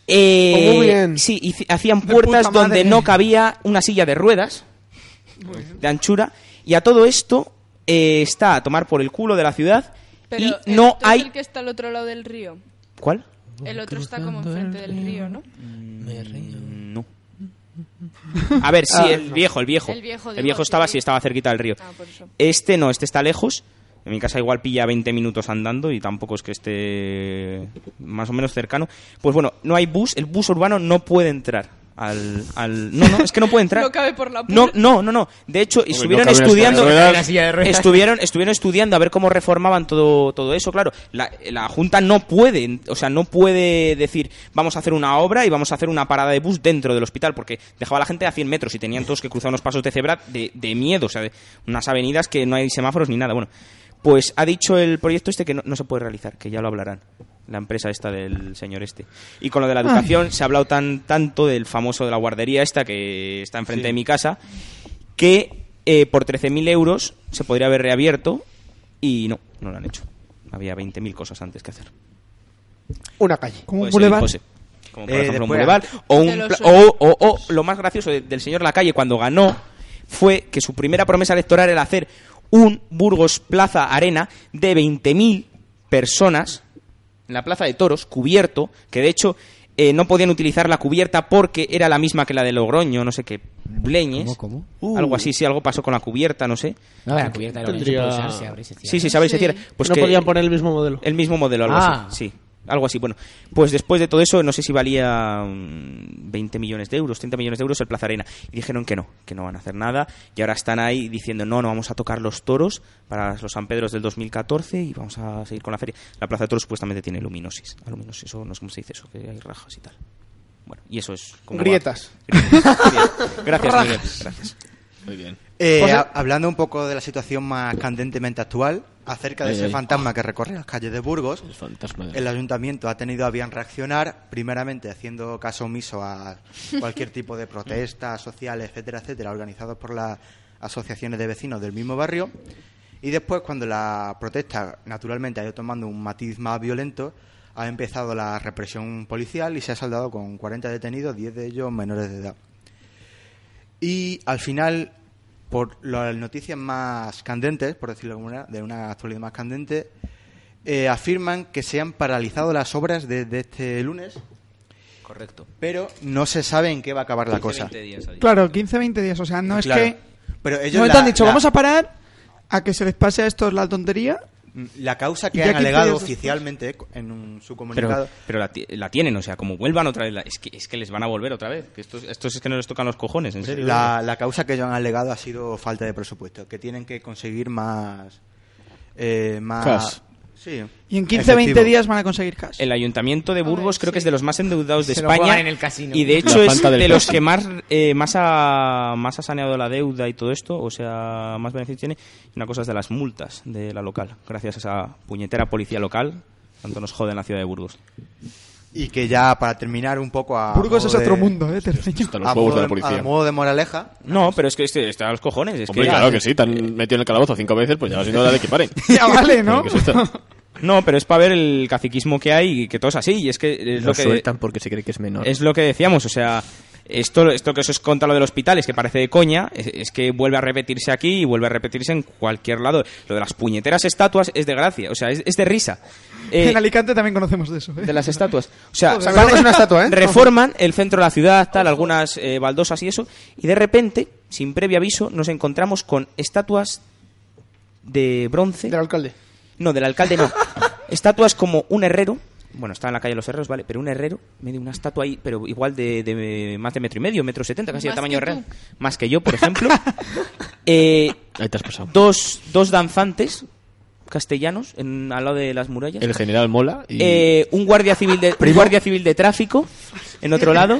Speaker 6: Eh,
Speaker 7: Oh, muy bien.
Speaker 6: Sí, hici- hacían
Speaker 7: De
Speaker 6: puertas
Speaker 7: puta madre.
Speaker 6: donde no cabía una silla de ruedas de anchura. Y a todo esto eh, está a tomar por el culo de la ciudad.
Speaker 5: Pero
Speaker 6: y
Speaker 5: el
Speaker 6: no
Speaker 5: otro es
Speaker 6: hay.
Speaker 5: el que está al otro lado del río.
Speaker 6: ¿Cuál?
Speaker 5: El otro está como enfrente del río, ¿no?
Speaker 12: Mm,
Speaker 6: No. A ver, sí,
Speaker 5: Ah,
Speaker 6: el
Speaker 5: no.
Speaker 6: viejo, el viejo.
Speaker 5: El viejo,
Speaker 6: el
Speaker 5: digo,
Speaker 6: viejo
Speaker 5: sí,
Speaker 6: estaba,
Speaker 5: sí.
Speaker 6: sí, estaba cerquita del río.
Speaker 5: Ah, por eso.
Speaker 6: Este no, este está lejos. En mi casa igual pilla 20 minutos andando y tampoco es que esté más o menos cercano. Pues bueno, no hay bus, el bus urbano no puede entrar al, al- No, no, es que no puede entrar.
Speaker 5: No cabe por la
Speaker 6: No,
Speaker 5: puerta.
Speaker 6: no, no, no. De hecho,
Speaker 9: no
Speaker 6: estuvieron
Speaker 9: cabe en la
Speaker 6: estudiando...
Speaker 9: silla de ruedas. En la silla de ruedas.
Speaker 6: Estuvieron, estuvieron estudiando a ver cómo reformaban todo, todo eso. Claro, la, la Junta no puede, o sea, no puede decir vamos a hacer una obra y vamos a hacer una parada de bus dentro del hospital porque dejaba a la gente a 100 metros y tenían todos que cruzar unos pasos de cebra de, de miedo, o sea, de unas avenidas que no hay semáforos ni nada. Bueno, pues ha dicho el proyecto este que no, no se puede realizar, que ya lo hablarán. La empresa esta del señor este. Y con lo de la
Speaker 13: Ay.
Speaker 6: educación se ha hablado tan tanto del famoso de la guardería esta que está enfrente de mi casa, que eh, por 13.000 euros se podría haber reabierto y no, no lo han hecho. Había 20.000 cosas antes que hacer.
Speaker 7: Una calle.
Speaker 4: Como un
Speaker 6: Puede ser,
Speaker 4: boulevard.
Speaker 6: José. Como por
Speaker 4: Eh,
Speaker 6: ejemplo un
Speaker 4: después-
Speaker 6: boulevard. O, un
Speaker 4: De los
Speaker 6: pla-
Speaker 4: sueños.
Speaker 6: o- o- o lo más gracioso de- del señor Lacalle cuando ganó fue que su primera promesa electoral era hacer un Burgos Plaza Arena de 20.000 personas en la Plaza de Toros, cubierto, que de hecho eh, no podían utilizar la cubierta porque era la misma que la de Logroño, no sé qué, Bleñes.
Speaker 3: ¿Cómo,
Speaker 13: cómo?
Speaker 6: Algo así, sí, algo pasó con la cubierta, no sé.
Speaker 3: No, la cubierta de Logroño se puede usar, se abre y se cierra.
Speaker 6: Sí, sí, se abre y se
Speaker 3: Sí.
Speaker 6: cierra. Pues
Speaker 3: No podían
Speaker 6: poner el mismo modelo. El mismo modelo, algo
Speaker 3: Ah.
Speaker 6: así. Sí, algo así. Bueno, pues después de todo eso, no sé si valía mm, 20 millones de euros, 30 millones de euros el Plaza Arena. Y dijeron que no, que no van a hacer nada. Y ahora están ahí diciendo, no, no vamos a tocar los toros para los San Pedros del 2014 y vamos a seguir con la feria. La Plaza de Toros supuestamente tiene luminosis. Aluminosis, eso no sé cómo se dice eso, que hay rajas y tal. Bueno, y eso es... como va.
Speaker 7: Grietas.
Speaker 6: Grietas, grietas. Gracias, Miguel.
Speaker 7: Rajas.
Speaker 6: Gracias.
Speaker 9: Muy bien.
Speaker 12: Eh,
Speaker 7: José-
Speaker 12: ha- hablando un poco de la situación más candentemente actual, acerca de
Speaker 9: Ay,
Speaker 12: ese
Speaker 6: Eh.
Speaker 9: ay.
Speaker 12: fantasma que recorre las calles de Burgos, el,
Speaker 9: de-
Speaker 12: ayuntamiento ha tenido a bien reaccionar, primeramente haciendo caso omiso a cualquier tipo de protestas sociales, etcétera, etcétera, organizados por las asociaciones de vecinos del mismo barrio. Y después, cuando la protesta naturalmente ha ido tomando un matiz más violento, ha empezado la represión policial y se ha saldado con 40 detenidos, 10 de ellos menores de edad. Y al final, por las noticias más candentes, por decirlo de alguna de una actualidad más candente, eh, afirman que se han paralizado las obras desde este lunes,
Speaker 6: Correcto.
Speaker 12: pero no se sabe en qué va a acabar la
Speaker 6: 15,
Speaker 12: cosa.
Speaker 6: 20 días
Speaker 4: Claro, 15, 20 días. O sea, no es
Speaker 12: Claro.
Speaker 4: que.
Speaker 12: Pero ellos
Speaker 4: no te
Speaker 12: la-
Speaker 4: han dicho,
Speaker 12: la-
Speaker 4: vamos a parar a que se les pase a estos la tontería.
Speaker 12: La causa
Speaker 4: Y
Speaker 12: que
Speaker 4: ya
Speaker 12: han
Speaker 4: 15
Speaker 12: alegado
Speaker 4: días después.
Speaker 12: oficialmente eh, en un- su
Speaker 6: Pero,
Speaker 12: comunicado.
Speaker 6: pero la, ti- la tienen, o sea, como vuelvan otra vez, la- es, que, es que les van a volver otra vez. Que estos, estos es que no les tocan los cojones, en serio.
Speaker 12: Pues
Speaker 6: ¿eh?
Speaker 12: la, la causa que ellos han alegado ha sido falta de presupuesto, que tienen que conseguir más. eh, más
Speaker 6: Cash.
Speaker 12: Sí.
Speaker 4: Y en 15, 20
Speaker 12: Efectivo.
Speaker 4: días van a conseguir cash.
Speaker 6: El ayuntamiento de Burgos creo que es de los más endeudados de
Speaker 4: Se lo
Speaker 6: España.
Speaker 4: juegan en el casino.
Speaker 6: Y de
Speaker 4: La
Speaker 6: hecho es
Speaker 4: panta del
Speaker 6: de los
Speaker 4: casino.
Speaker 6: que más, eh, más, ha, más ha saneado la deuda y todo esto, o sea, más beneficio tiene. Y Una cosa es de las multas de la local, gracias a esa puñetera policía local. Tanto nos jode en la ciudad de Burgos.
Speaker 12: Y que ya para terminar un poco a.
Speaker 4: Burgos
Speaker 12: modo
Speaker 4: es otro
Speaker 12: de-
Speaker 4: mundo, eh, terceño.
Speaker 9: los
Speaker 12: a
Speaker 9: huevos
Speaker 12: modo
Speaker 9: de la
Speaker 12: de-
Speaker 9: policía.
Speaker 12: a modo de moraleja.
Speaker 6: No, pero es que este- está a los cojones. es
Speaker 9: Hombre,
Speaker 6: que-
Speaker 9: claro que sí, te han metido en el calabozo cinco veces, pues ya va siendo hora de que paren.
Speaker 4: Ya vale, ¿no?
Speaker 9: ¿Qué es esto?
Speaker 6: No, pero es para ver el caciquismo que hay y que todo es así. Y es que es lo,
Speaker 13: Lo
Speaker 6: que
Speaker 13: sueltan porque se cree que es menor.
Speaker 6: Es lo que decíamos, o sea, esto, esto que os es contra lo del hospital, es que parece de coña, es, es que vuelve a repetirse aquí y vuelve a repetirse en cualquier lado. Lo de las puñeteras estatuas es de gracia, o sea, es, es de risa. Eh,
Speaker 4: en Alicante también conocemos de eso. ¿eh?
Speaker 6: de las estatuas. O sea,
Speaker 4: Joder.
Speaker 6: van-
Speaker 4: Sacamos una estatua, ¿eh?
Speaker 6: reforman el centro de la ciudad, tal, algunas eh, baldosas y eso, y de repente, sin previo aviso, nos encontramos con estatuas de bronce. ¿Del
Speaker 7: alcalde?
Speaker 6: No, del alcalde no. estatuas como un herrero. Bueno, está en la calle Los Herreros, vale, pero un herrero, medio una estatua ahí, pero igual de, de más de metro y medio, metro setenta, casi de
Speaker 13: Más
Speaker 6: tamaño
Speaker 13: que
Speaker 6: real.
Speaker 13: tú.
Speaker 6: Más que yo, por ejemplo. Eh, Dos, dos danzantes castellanos en, al lado de las murallas.
Speaker 9: El general Mola y...
Speaker 6: Eh, un guardia civil de un guardia civil de tráfico en otro lado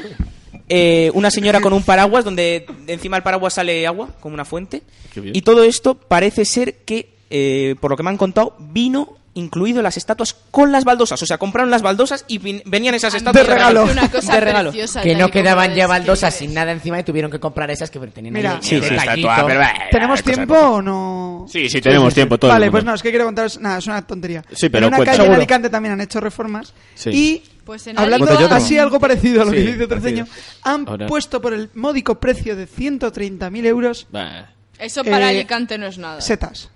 Speaker 6: Eh, una señora con un paraguas donde de encima del paraguas sale agua como una fuente
Speaker 9: Qué bien.
Speaker 6: y todo esto parece ser que eh, por lo que me han contado vino incluido las estatuas con las baldosas o sea compraron las baldosas y vin- venían esas estatuas
Speaker 5: Una cosa
Speaker 6: de regalo
Speaker 5: preciosa,
Speaker 3: Que
Speaker 5: tal y
Speaker 3: no
Speaker 5: como
Speaker 3: quedaban
Speaker 5: lo
Speaker 3: ya
Speaker 5: describes.
Speaker 3: baldosas sin nada encima y tuvieron que comprar esas que tenían ahí
Speaker 4: Mira,
Speaker 3: el
Speaker 4: Sí, sí,
Speaker 3: detallito.
Speaker 9: estatua, pero, eh,
Speaker 4: ¿Tenemos
Speaker 9: cosa de
Speaker 4: tiempo o no?
Speaker 9: Sí, sí, tenemos tiempo, todo el
Speaker 4: Vale,
Speaker 9: mundo.
Speaker 4: pues no, es que quiero contaros. Nada, es una tontería.
Speaker 9: Sí, pero
Speaker 4: En una
Speaker 9: cuenta.
Speaker 4: calle en
Speaker 9: Seguro.
Speaker 4: Alicante también han hecho reformas.
Speaker 9: Sí.
Speaker 4: Y
Speaker 5: Pues en
Speaker 4: hablando
Speaker 9: Alicante-
Speaker 4: así, algo parecido a lo que
Speaker 9: Sí,
Speaker 4: dice Terceño, han
Speaker 9: Ahora-
Speaker 4: puesto por el módico precio de 130.000 euros
Speaker 9: Bah,
Speaker 5: Eso para
Speaker 4: Eh,
Speaker 5: Alicante no es nada.
Speaker 4: setas.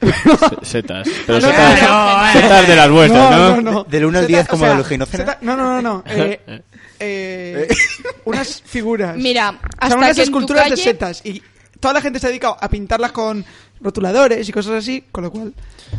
Speaker 9: se- setas. Pero
Speaker 4: No,
Speaker 9: setas,
Speaker 4: no, no,
Speaker 9: setas de las vuestras, ¿no?
Speaker 12: Del 1 al 10 como la leuginocena.
Speaker 4: Zeta- No, no, no, no. eh, eh, unas figuras.
Speaker 5: Mira,
Speaker 4: O sea,
Speaker 5: hasta
Speaker 4: unas
Speaker 5: que en tu
Speaker 4: esculturas de
Speaker 5: calle-
Speaker 4: setas. Y toda la gente se ha dedicado a pintarlas con rotuladores y cosas así, con lo cual...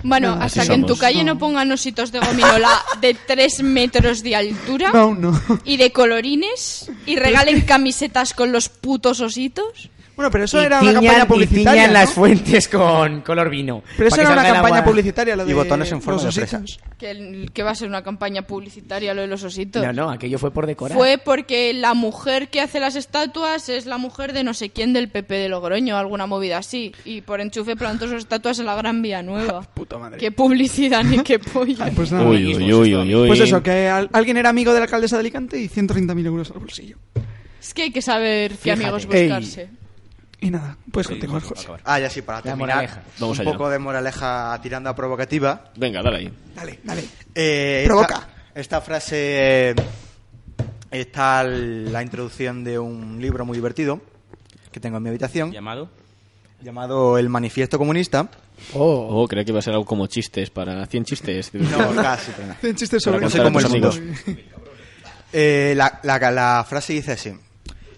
Speaker 5: Bueno,
Speaker 4: no,
Speaker 5: hasta que en tu calle no pongan ositos de gominola de 3 metros de altura
Speaker 4: No, no.
Speaker 5: y de colorines y regalen camisetas con los putos ositos.
Speaker 4: Bueno, pero
Speaker 3: Y tiñan- y tiñan las fuentes con color vino.
Speaker 4: Pero eso
Speaker 3: para que
Speaker 4: era una
Speaker 3: salga el
Speaker 4: campaña
Speaker 3: agua.
Speaker 4: publicitaria, lo de los ositos.
Speaker 5: Que, el- que va a ser una campaña publicitaria lo de los ositos.
Speaker 3: No, no, aquello fue por decorar.
Speaker 5: Fue porque la mujer que hace las estatuas es la mujer de no sé quién del PP de Logroño, alguna movida así. Y por enchufe plantó sus estatuas en la Gran Vía Nueva.
Speaker 4: Ah,
Speaker 5: Puta madre. Qué publicidad ni qué polla.
Speaker 4: Pues nada.
Speaker 9: Uy, uy, uy, uy, uy.
Speaker 4: Pues eso, que al- alguien era amigo de la alcaldesa de Alicante y 130.000 euros al bolsillo.
Speaker 5: Es que hay que saber qué
Speaker 4: Fíjate.
Speaker 5: amigos buscarse.
Speaker 4: Y nada, pues continuar, José.
Speaker 12: Ah, ya sí, para
Speaker 4: La
Speaker 12: terminar.
Speaker 4: moraleja.
Speaker 9: Vamos
Speaker 12: un
Speaker 9: allá.
Speaker 12: poco de moraleja tirando a provocativa.
Speaker 9: Venga, dale ahí.
Speaker 4: Dale, dale.
Speaker 12: Eh,
Speaker 4: Provoca.
Speaker 12: Esta, esta frase eh, está al- la introducción de un libro muy divertido que tengo en mi habitación.
Speaker 6: ¿Llamado?
Speaker 12: Llamado El Manifiesto Comunista.
Speaker 9: Oh. oh, creía que iba a ser algo como chistes para 100 chistes.
Speaker 12: No, casi, pero no.
Speaker 4: Cien chistes
Speaker 9: Para
Speaker 12: sobre-
Speaker 9: contar a
Speaker 12: No sé cómo
Speaker 9: tus
Speaker 12: el
Speaker 9: amigos.
Speaker 12: Eh, la, la- la frase dice así.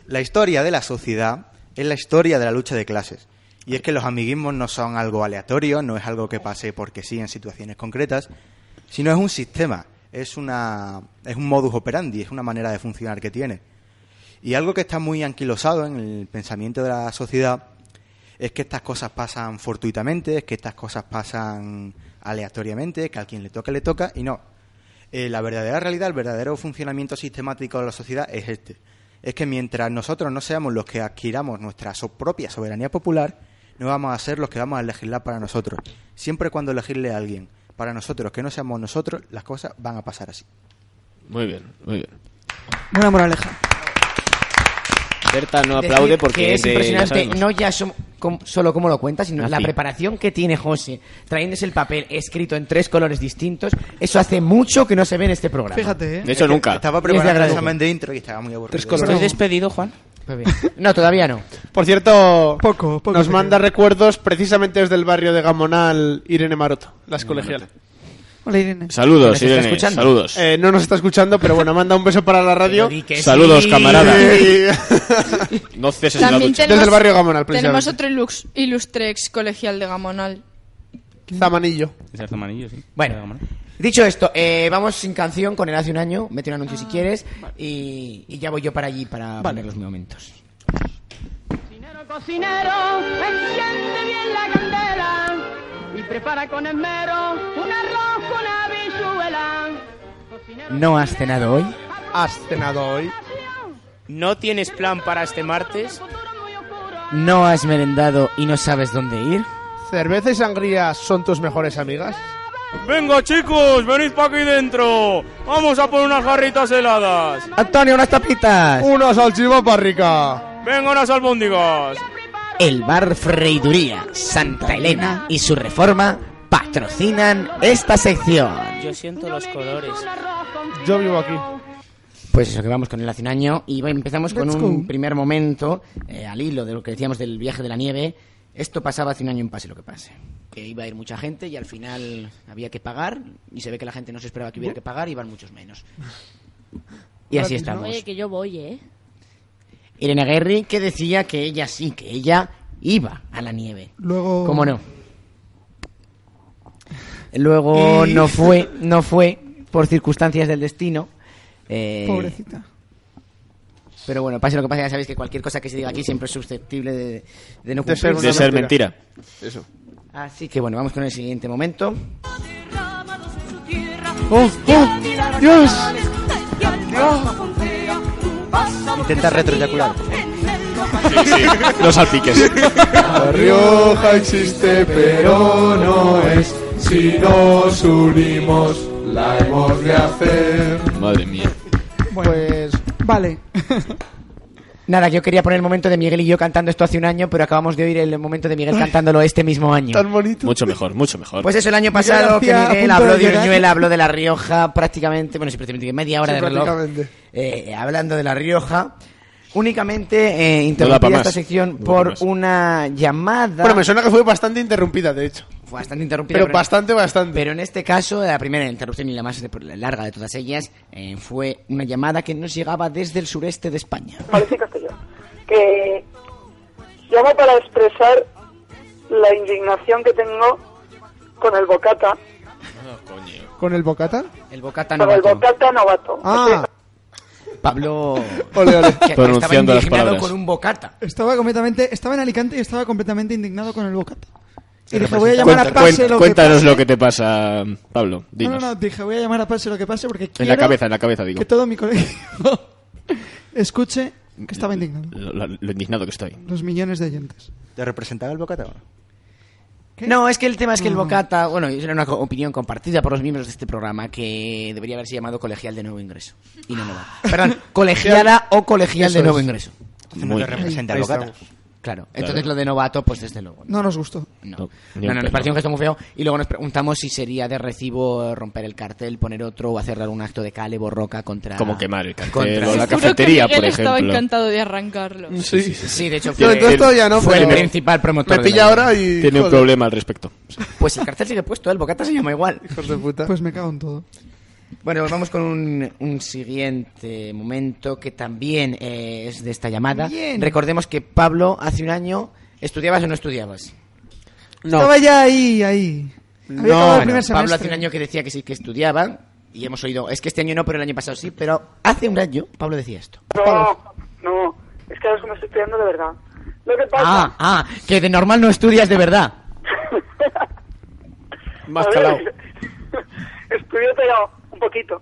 Speaker 12: La historia de la sociedad es la historia de la lucha de clases. Y es que los amiguismos no son algo aleatorio, no es algo que pase porque sí en situaciones concretas, sino es un sistema, es, una, es un modus operandi, es una manera de funcionar que tiene. Y algo que está muy anquilosado en el pensamiento de la sociedad es que estas cosas pasan fortuitamente, es que estas cosas pasan aleatoriamente, que a quien le toca le toca, y no. Eh, la verdadera realidad, el verdadero funcionamiento sistemático de la sociedad es este. Es que mientras nosotros no seamos los que adquiramos nuestra so- propia soberanía popular, no vamos a ser los que vamos a legislar para nosotros. Siempre cuando elegirle a alguien para nosotros que no seamos nosotros, las cosas van a pasar así.
Speaker 9: Muy bien, muy bien.
Speaker 4: Buena moraleja.
Speaker 9: Berta no
Speaker 3: Decir
Speaker 9: aplaude porque
Speaker 3: que es
Speaker 9: de- ya
Speaker 3: impresionante,
Speaker 9: sabemos.
Speaker 3: no ya som- com- solo cómo lo cuenta, sino la
Speaker 9: Nazi.
Speaker 3: preparación que tiene José, trayéndose el papel escrito en tres colores distintos, eso hace mucho que no se ve en este programa.
Speaker 4: Fíjate, ¿eh?
Speaker 9: De hecho,
Speaker 12: Es que
Speaker 9: nunca.
Speaker 12: Estaba
Speaker 3: Es de
Speaker 12: preparando el
Speaker 3: agradecer.
Speaker 12: examen de intro y estaba muy aburrido.
Speaker 1: ¿Estoy despedido, Juan?
Speaker 3: Muy Pues bien. No, todavía no.
Speaker 7: Por cierto,
Speaker 4: Poco, poco
Speaker 7: nos
Speaker 4: se
Speaker 7: manda recuerdos precisamente desde el barrio de Gamonal Irene Maroto, las colegialas.
Speaker 4: Hola, Irene.
Speaker 9: Saludos,
Speaker 3: ¿Nos está
Speaker 9: Irene.
Speaker 3: escuchando?
Speaker 9: Saludos.
Speaker 7: Eh, no nos está escuchando, pero bueno, manda un beso para la radio.
Speaker 3: Pero di que
Speaker 9: Saludos,
Speaker 3: sí.
Speaker 9: camarada.
Speaker 7: Y-
Speaker 9: No ceses en la
Speaker 5: También
Speaker 9: ducha.
Speaker 5: tenemos,
Speaker 7: Desde el barrio Gamonal,
Speaker 5: tenemos
Speaker 7: precisamente.
Speaker 5: otro ilux- ilustre ex colegial de Gamonal.
Speaker 7: Zamanillo.
Speaker 6: César Zamanillo, sí.
Speaker 3: Bueno, dicho esto, eh, vamos sin canción con el hace un año, mete un
Speaker 11: Ah,
Speaker 3: anuncio si quieres, y, y ya voy yo para allí para poner los momentos.
Speaker 11: Cocinero, enciende bien la candela y prepara con esmero un arroz con habichuela.
Speaker 3: ¿No has cenado hoy?
Speaker 7: ¿Has cenado hoy?
Speaker 1: ¿No tienes plan para este martes?
Speaker 3: ¿No has merendado y no sabes dónde ir?
Speaker 7: ¿Cerveza y sangría son tus mejores amigas?
Speaker 6: Venga, chicos, venid para aquí dentro. Vamos a por unas jarritas heladas.
Speaker 3: Antonio, unas tapitas.
Speaker 7: ¡Una salchipapa rica!
Speaker 6: Venga, unas albóndigas.
Speaker 3: El bar Freiduría, Santa Elena y su reforma patrocinan esta sección.
Speaker 1: Yo siento los colores.
Speaker 7: Yo vivo aquí.
Speaker 3: Pues eso, que vamos con el hace un año y va- empezamos con
Speaker 4: Let's
Speaker 3: un
Speaker 4: go.
Speaker 3: primer momento eh, al hilo de lo que decíamos del viaje de la nieve. Esto pasaba hace un año en Pase lo que pase. Que iba a ir mucha gente y al final había que pagar y se ve que la gente no se esperaba que hubiera que pagar y van muchos menos. Y así estamos.
Speaker 13: Oye, que yo voy, ¿eh?
Speaker 3: Irene Guerri que decía que ella sí, que ella iba a la nieve.
Speaker 4: Luego...
Speaker 3: ¿Cómo no? Luego
Speaker 4: Y-
Speaker 3: no fue, no fue por circunstancias del destino. eh,
Speaker 4: Pobrecita.
Speaker 3: Pero bueno, pase lo que pase, ya sabéis que cualquier cosa que se diga aquí siempre es susceptible de, de no
Speaker 7: De ser
Speaker 3: cumplirse.
Speaker 9: De ser mentira.
Speaker 7: Eso.
Speaker 3: Así que bueno, vamos con el siguiente momento.
Speaker 7: ¡Oh, oh! ¡Dios!
Speaker 12: Intenta retroyacular.
Speaker 9: No salpiques.
Speaker 7: La Rioja existe, pero no es. Si nos unimos, la hemos de hacer.
Speaker 9: Madre mía.
Speaker 4: Bueno, Vale.
Speaker 3: Nada, yo quería poner el momento de Miguel y yo cantando esto hace un año, pero acabamos de oír el momento de Miguel cantándolo este mismo año.
Speaker 7: Tan bonito.
Speaker 9: Mucho mejor, mucho mejor.
Speaker 3: Pues eso, el año pasado que
Speaker 4: García a
Speaker 3: Miguel
Speaker 4: punto
Speaker 3: habló
Speaker 4: de
Speaker 3: de
Speaker 4: llegar.
Speaker 3: Oñuela, habló de La Rioja, prácticamente, bueno, sí, prácticamente media hora
Speaker 7: Sí,
Speaker 3: de reloj.
Speaker 7: prácticamente.
Speaker 3: eh, hablando de La Rioja. Únicamente eh,
Speaker 9: No da pa'
Speaker 3: interrumpida
Speaker 9: más.
Speaker 3: esta sección
Speaker 9: No da pa'
Speaker 3: por
Speaker 9: más.
Speaker 3: una llamada.
Speaker 7: Bueno, me suena que fue bastante interrumpida, de hecho.
Speaker 3: Fue bastante interrumpida.
Speaker 7: Pero
Speaker 3: en-
Speaker 7: bastante, bastante.
Speaker 3: Pero en este caso, la primera interrupción y la más de- la larga de todas ellas eh, fue una llamada que nos llegaba desde el sureste de España.
Speaker 14: Valencia Castellón. Que llamo para expresar
Speaker 13: la indignación que tengo con el bocata,
Speaker 4: ¿Con el bocata?
Speaker 3: El bocata
Speaker 13: con el
Speaker 3: novato.
Speaker 13: bocata novato.
Speaker 4: Ah,
Speaker 3: Pablo
Speaker 4: Ole, ole.
Speaker 3: que estaba
Speaker 9: Pronunciando las
Speaker 3: indignado
Speaker 9: palabras.
Speaker 3: con un bocata.
Speaker 4: estaba completamente, estaba en Alicante y estaba completamente indignado con el bocata. Y dije,
Speaker 9: Representa-
Speaker 4: voy a llamar a
Speaker 9: Cuenta-
Speaker 4: Pase
Speaker 9: cuen-
Speaker 4: lo que
Speaker 9: Cuéntanos
Speaker 4: pase.
Speaker 9: lo que te pasa, Pablo.
Speaker 4: No, no,
Speaker 9: Dinos.
Speaker 4: no, dije, voy a llamar a Pase lo que pase porque
Speaker 9: En
Speaker 4: quiero
Speaker 9: la cabeza, en la cabeza, digo.
Speaker 4: que todo mi colegio escuche que estaba indignado.
Speaker 9: Lo, lo- lo indignado que estoy.
Speaker 4: Los millones de oyentes.
Speaker 12: ¿Te representaba el bocata o no?
Speaker 3: No, es que el tema es que
Speaker 9: Mm.
Speaker 3: el
Speaker 4: No.
Speaker 3: bocata, bueno, era una co- opinión compartida por los miembros de este programa que debería haberse llamado colegial de nuevo ingreso. Y no, no
Speaker 9: Ah.
Speaker 3: va. Perdón, colegiada o colegial
Speaker 4: Eso
Speaker 3: de nuevo
Speaker 4: es.
Speaker 3: ingreso.
Speaker 12: Entonces no Muy te bien. representa el
Speaker 3: Ahí
Speaker 12: bocata.
Speaker 3: estamos. Claro, entonces lo de novato, pues desde luego.
Speaker 4: No nos gustó.
Speaker 9: ni
Speaker 3: No, no,
Speaker 9: un
Speaker 3: no,
Speaker 9: pelo.
Speaker 3: nos pareció un gesto muy feo. Y luego nos preguntamos si sería de recibo eh, romper el cartel, poner otro o hacer algún acto de cale, borroca contra.
Speaker 9: Como quemar el cartel
Speaker 3: contra-
Speaker 9: o la
Speaker 5: Juro
Speaker 9: cafetería,
Speaker 5: que Miguel
Speaker 9: por
Speaker 5: estaba
Speaker 9: ejemplo.
Speaker 5: encantado de arrancarlo.
Speaker 9: Sí.
Speaker 3: Sí, de hecho
Speaker 9: Yo
Speaker 3: fue,
Speaker 9: entonces todavía no,
Speaker 7: pues,
Speaker 3: fue el
Speaker 9: pero
Speaker 3: principal promotor.
Speaker 9: me
Speaker 3: de
Speaker 9: pilla
Speaker 3: la-
Speaker 9: ahora y- Tiene un Joder. problema al respecto.
Speaker 3: Pues el cartel sigue puesto, el bocata se llama igual.
Speaker 4: Pues me cago en todo.
Speaker 3: Bueno, pues vamos con un, un siguiente momento que también eh, es de esta llamada.
Speaker 4: Bien.
Speaker 3: Recordemos que Pablo hace un año estudiabas o no estudiabas.
Speaker 4: Estaba ya ahí, ahí. Había acabado el primer
Speaker 3: Bueno, Pablo hace
Speaker 4: semestre.
Speaker 3: un año que decía que sí que estudiaba y hemos oído, es que este año no, pero el año pasado sí, pero hace un año Pablo decía esto.
Speaker 13: No, no, es que ahora es que me estoy estudiando de verdad. Lo que pasa,
Speaker 3: Ah, ah, que de normal no estudias de verdad.
Speaker 13: a ver, estudio pero un poquito.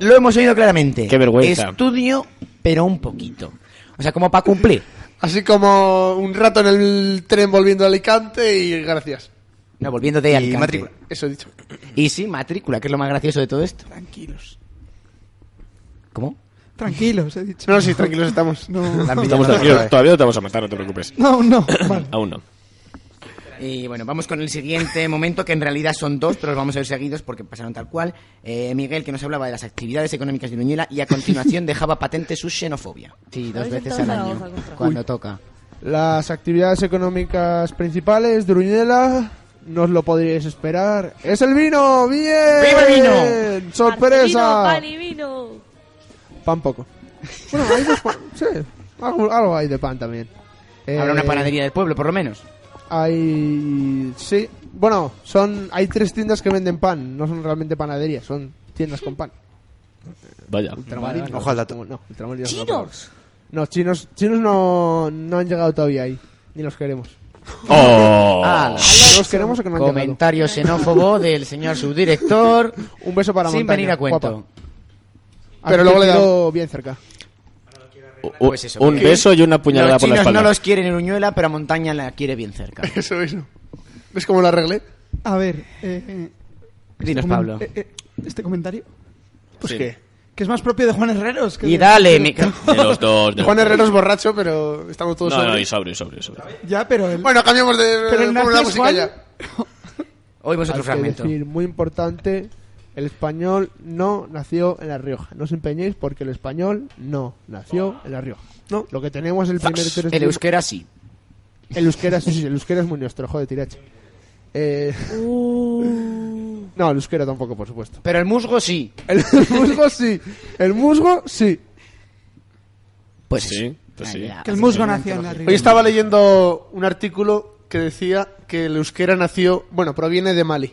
Speaker 3: Lo hemos oído claramente.
Speaker 9: Qué vergüenza.
Speaker 3: Estudio, pero un poquito. O sea, como para cumplir.
Speaker 7: Así como un rato en el tren volviendo a Alicante y gracias.
Speaker 3: No, volviendo de Alicante.
Speaker 7: matrícula. Eso he dicho.
Speaker 3: Y sí, matrícula, que es lo más gracioso de todo esto.
Speaker 7: Tranquilos.
Speaker 3: ¿Cómo?
Speaker 4: Tranquilos, he dicho.
Speaker 7: No, sí, tranquilos estamos.
Speaker 4: No.
Speaker 9: Estamos tranquilos, todavía no te vamos a matar, no te preocupes.
Speaker 4: No, no. Vale.
Speaker 9: Aún no.
Speaker 3: Y bueno, vamos con el siguiente momento, que en realidad son dos, pero los vamos a ver seguidos porque pasaron tal cual. Eh, Miguel, que nos hablaba de las actividades económicas de Uñuela y a continuación dejaba patente su xenofobia. Sí, dos
Speaker 14: Habéis
Speaker 3: veces
Speaker 14: estado
Speaker 3: al
Speaker 14: en
Speaker 3: año,
Speaker 14: Zaragoza contra-
Speaker 3: cuando toca.
Speaker 7: Las actividades económicas principales de Uruñuela, no os lo podríais esperar. ¡Es el vino! ¡Bien!
Speaker 14: ¡Viva el
Speaker 7: ¡Sorpresa!
Speaker 14: Palivino.
Speaker 7: Pan poco. Bueno, hay dos pan- sí, algo, algo hay de pan también.
Speaker 3: Habrá una
Speaker 7: Eh,
Speaker 3: panadería del pueblo, por lo menos.
Speaker 7: Hay... Sí. Bueno, son hay tres tiendas que venden pan. No son realmente panaderías, son tiendas con pan.
Speaker 9: Vaya.
Speaker 7: Ultramarinos.
Speaker 12: Ojo al dato.
Speaker 7: No, ultramarinos no, pero- No, chinos, chinos no, no han llegado todavía ahí. Ni los queremos.
Speaker 9: Oh.
Speaker 3: Ah,
Speaker 7: ¿No los queremos o que no han llegado?
Speaker 3: comentario xenófobo del señor subdirector.
Speaker 7: Un beso para
Speaker 3: Sin
Speaker 7: Montaña,
Speaker 3: venir a cuento.
Speaker 7: guapa. Pero luego le da bien cerca.
Speaker 9: U-
Speaker 3: Pues eso,
Speaker 9: un
Speaker 3: porque-
Speaker 9: beso y una puñalada
Speaker 3: los
Speaker 9: por la
Speaker 3: chinos
Speaker 9: espalda.
Speaker 3: no los quieren en Uñuela, pero a Montaña la quiere bien cerca.
Speaker 7: Eso, eso. ¿Ves cómo lo arreglé?
Speaker 4: A ver, eh, eh,
Speaker 3: Dinos,
Speaker 4: comen-
Speaker 3: Pablo.
Speaker 4: eh, eh, este comentario,
Speaker 7: Pues
Speaker 9: Sí.
Speaker 7: qué.
Speaker 4: que es más propio de Juan Herreros. Que
Speaker 3: Y
Speaker 4: de-
Speaker 3: dale, mi ca-
Speaker 9: De los dos. de los
Speaker 7: Juan
Speaker 9: dos.
Speaker 7: Herrero es borracho, pero estamos todos
Speaker 9: No, no,
Speaker 7: sobrios.
Speaker 9: y sobre, sobre, sobre.
Speaker 4: Ya, pero el,
Speaker 7: Bueno, cambiamos de
Speaker 4: pero el
Speaker 7: ponemos
Speaker 4: nazi
Speaker 7: la
Speaker 4: es
Speaker 7: música
Speaker 4: Juan.
Speaker 7: ya.
Speaker 3: Oímos otro
Speaker 7: Hay que
Speaker 3: fragmento.
Speaker 7: decir, muy importante, el español no nació en La Rioja. No os empeñéis porque el español no nació en La Rioja. No, lo que tenemos es el primer tres
Speaker 3: El euskera sí.
Speaker 7: El euskera, sí, sí, el euskera es muy nuestro, joder, tirache. Eh,
Speaker 3: Uh.
Speaker 7: No, el euskera tampoco, por supuesto.
Speaker 3: Pero el musgo sí.
Speaker 7: El musgo sí, el musgo sí.
Speaker 3: Pues
Speaker 9: Sí, pues sí.
Speaker 4: que el musgo nació en la
Speaker 7: Hoy
Speaker 4: Rioja.
Speaker 7: estaba leyendo un artículo que decía que el euskera nació, bueno, proviene de Mali.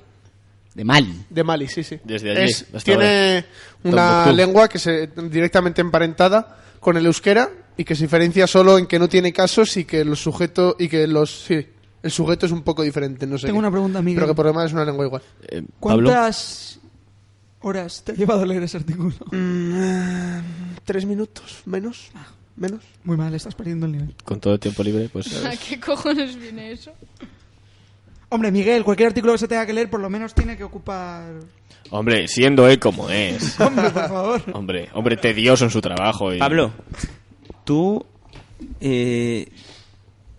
Speaker 3: De Mali.
Speaker 7: De Mali, sí, sí.
Speaker 9: Desde allí,
Speaker 7: Es-
Speaker 9: hasta
Speaker 7: tiene una
Speaker 9: Tombuctú.
Speaker 7: lengua que se directamente emparentada con el euskera y que se diferencia solo en que no tiene casos y que los sujetos y que los sí, el sujeto es un poco diferente, no sé.
Speaker 4: Tengo
Speaker 7: qué.
Speaker 4: una pregunta, Miguel.
Speaker 7: Pero que por lo demás es una lengua igual.
Speaker 9: Eh, Pablo,
Speaker 4: ¿Cuántas horas te ha llevado a leer ese artículo?
Speaker 7: Tres minutos menos, menos.
Speaker 4: Muy mal, estás perdiendo el nivel.
Speaker 9: con todo el tiempo libre, pues.
Speaker 5: ¿A qué cojones viene eso?
Speaker 4: Hombre, Miguel, cualquier artículo que se tenga que leer por lo menos tiene que ocupar...
Speaker 9: Hombre, siendo él como es.
Speaker 4: Hombre, por favor.
Speaker 9: Hombre, hombre tedioso en su trabajo. Y...
Speaker 6: Pablo,
Speaker 1: Tú,
Speaker 6: eh,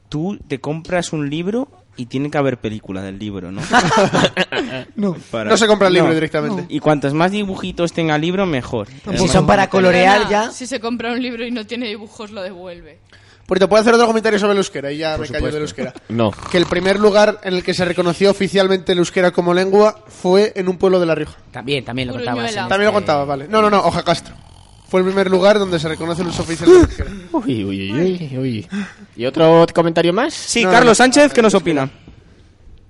Speaker 6: tú te compras un libro y tiene que haber película del libro, ¿no?
Speaker 4: No.
Speaker 6: Para-
Speaker 7: No se compra el libro
Speaker 6: No.
Speaker 7: directamente.
Speaker 6: Y cuantos más dibujitos tenga el libro, mejor.
Speaker 3: Si son para colorear
Speaker 5: Perdona,
Speaker 3: ya.
Speaker 5: Si se compra un libro y no tiene dibujos, lo devuelve.
Speaker 7: Por cierto, puedo hacer otro comentario sobre el euskera y ya me callo del euskera.
Speaker 9: No.
Speaker 7: Que el primer lugar en el que se reconoció oficialmente el euskera como lengua fue en un pueblo de La Rioja.
Speaker 3: También, también lo contabas.
Speaker 5: Uruñuela.
Speaker 3: en
Speaker 7: También lo
Speaker 3: este-
Speaker 7: contaba, vale. No, no, no, Oja Castro. Fue el primer lugar donde se reconocen los oficiales de euskera.
Speaker 9: Uy, uy, uy, uy, uy. ¿Y otro comentario más?
Speaker 6: Sí, Carlos Sánchez, ¿qué nos opina?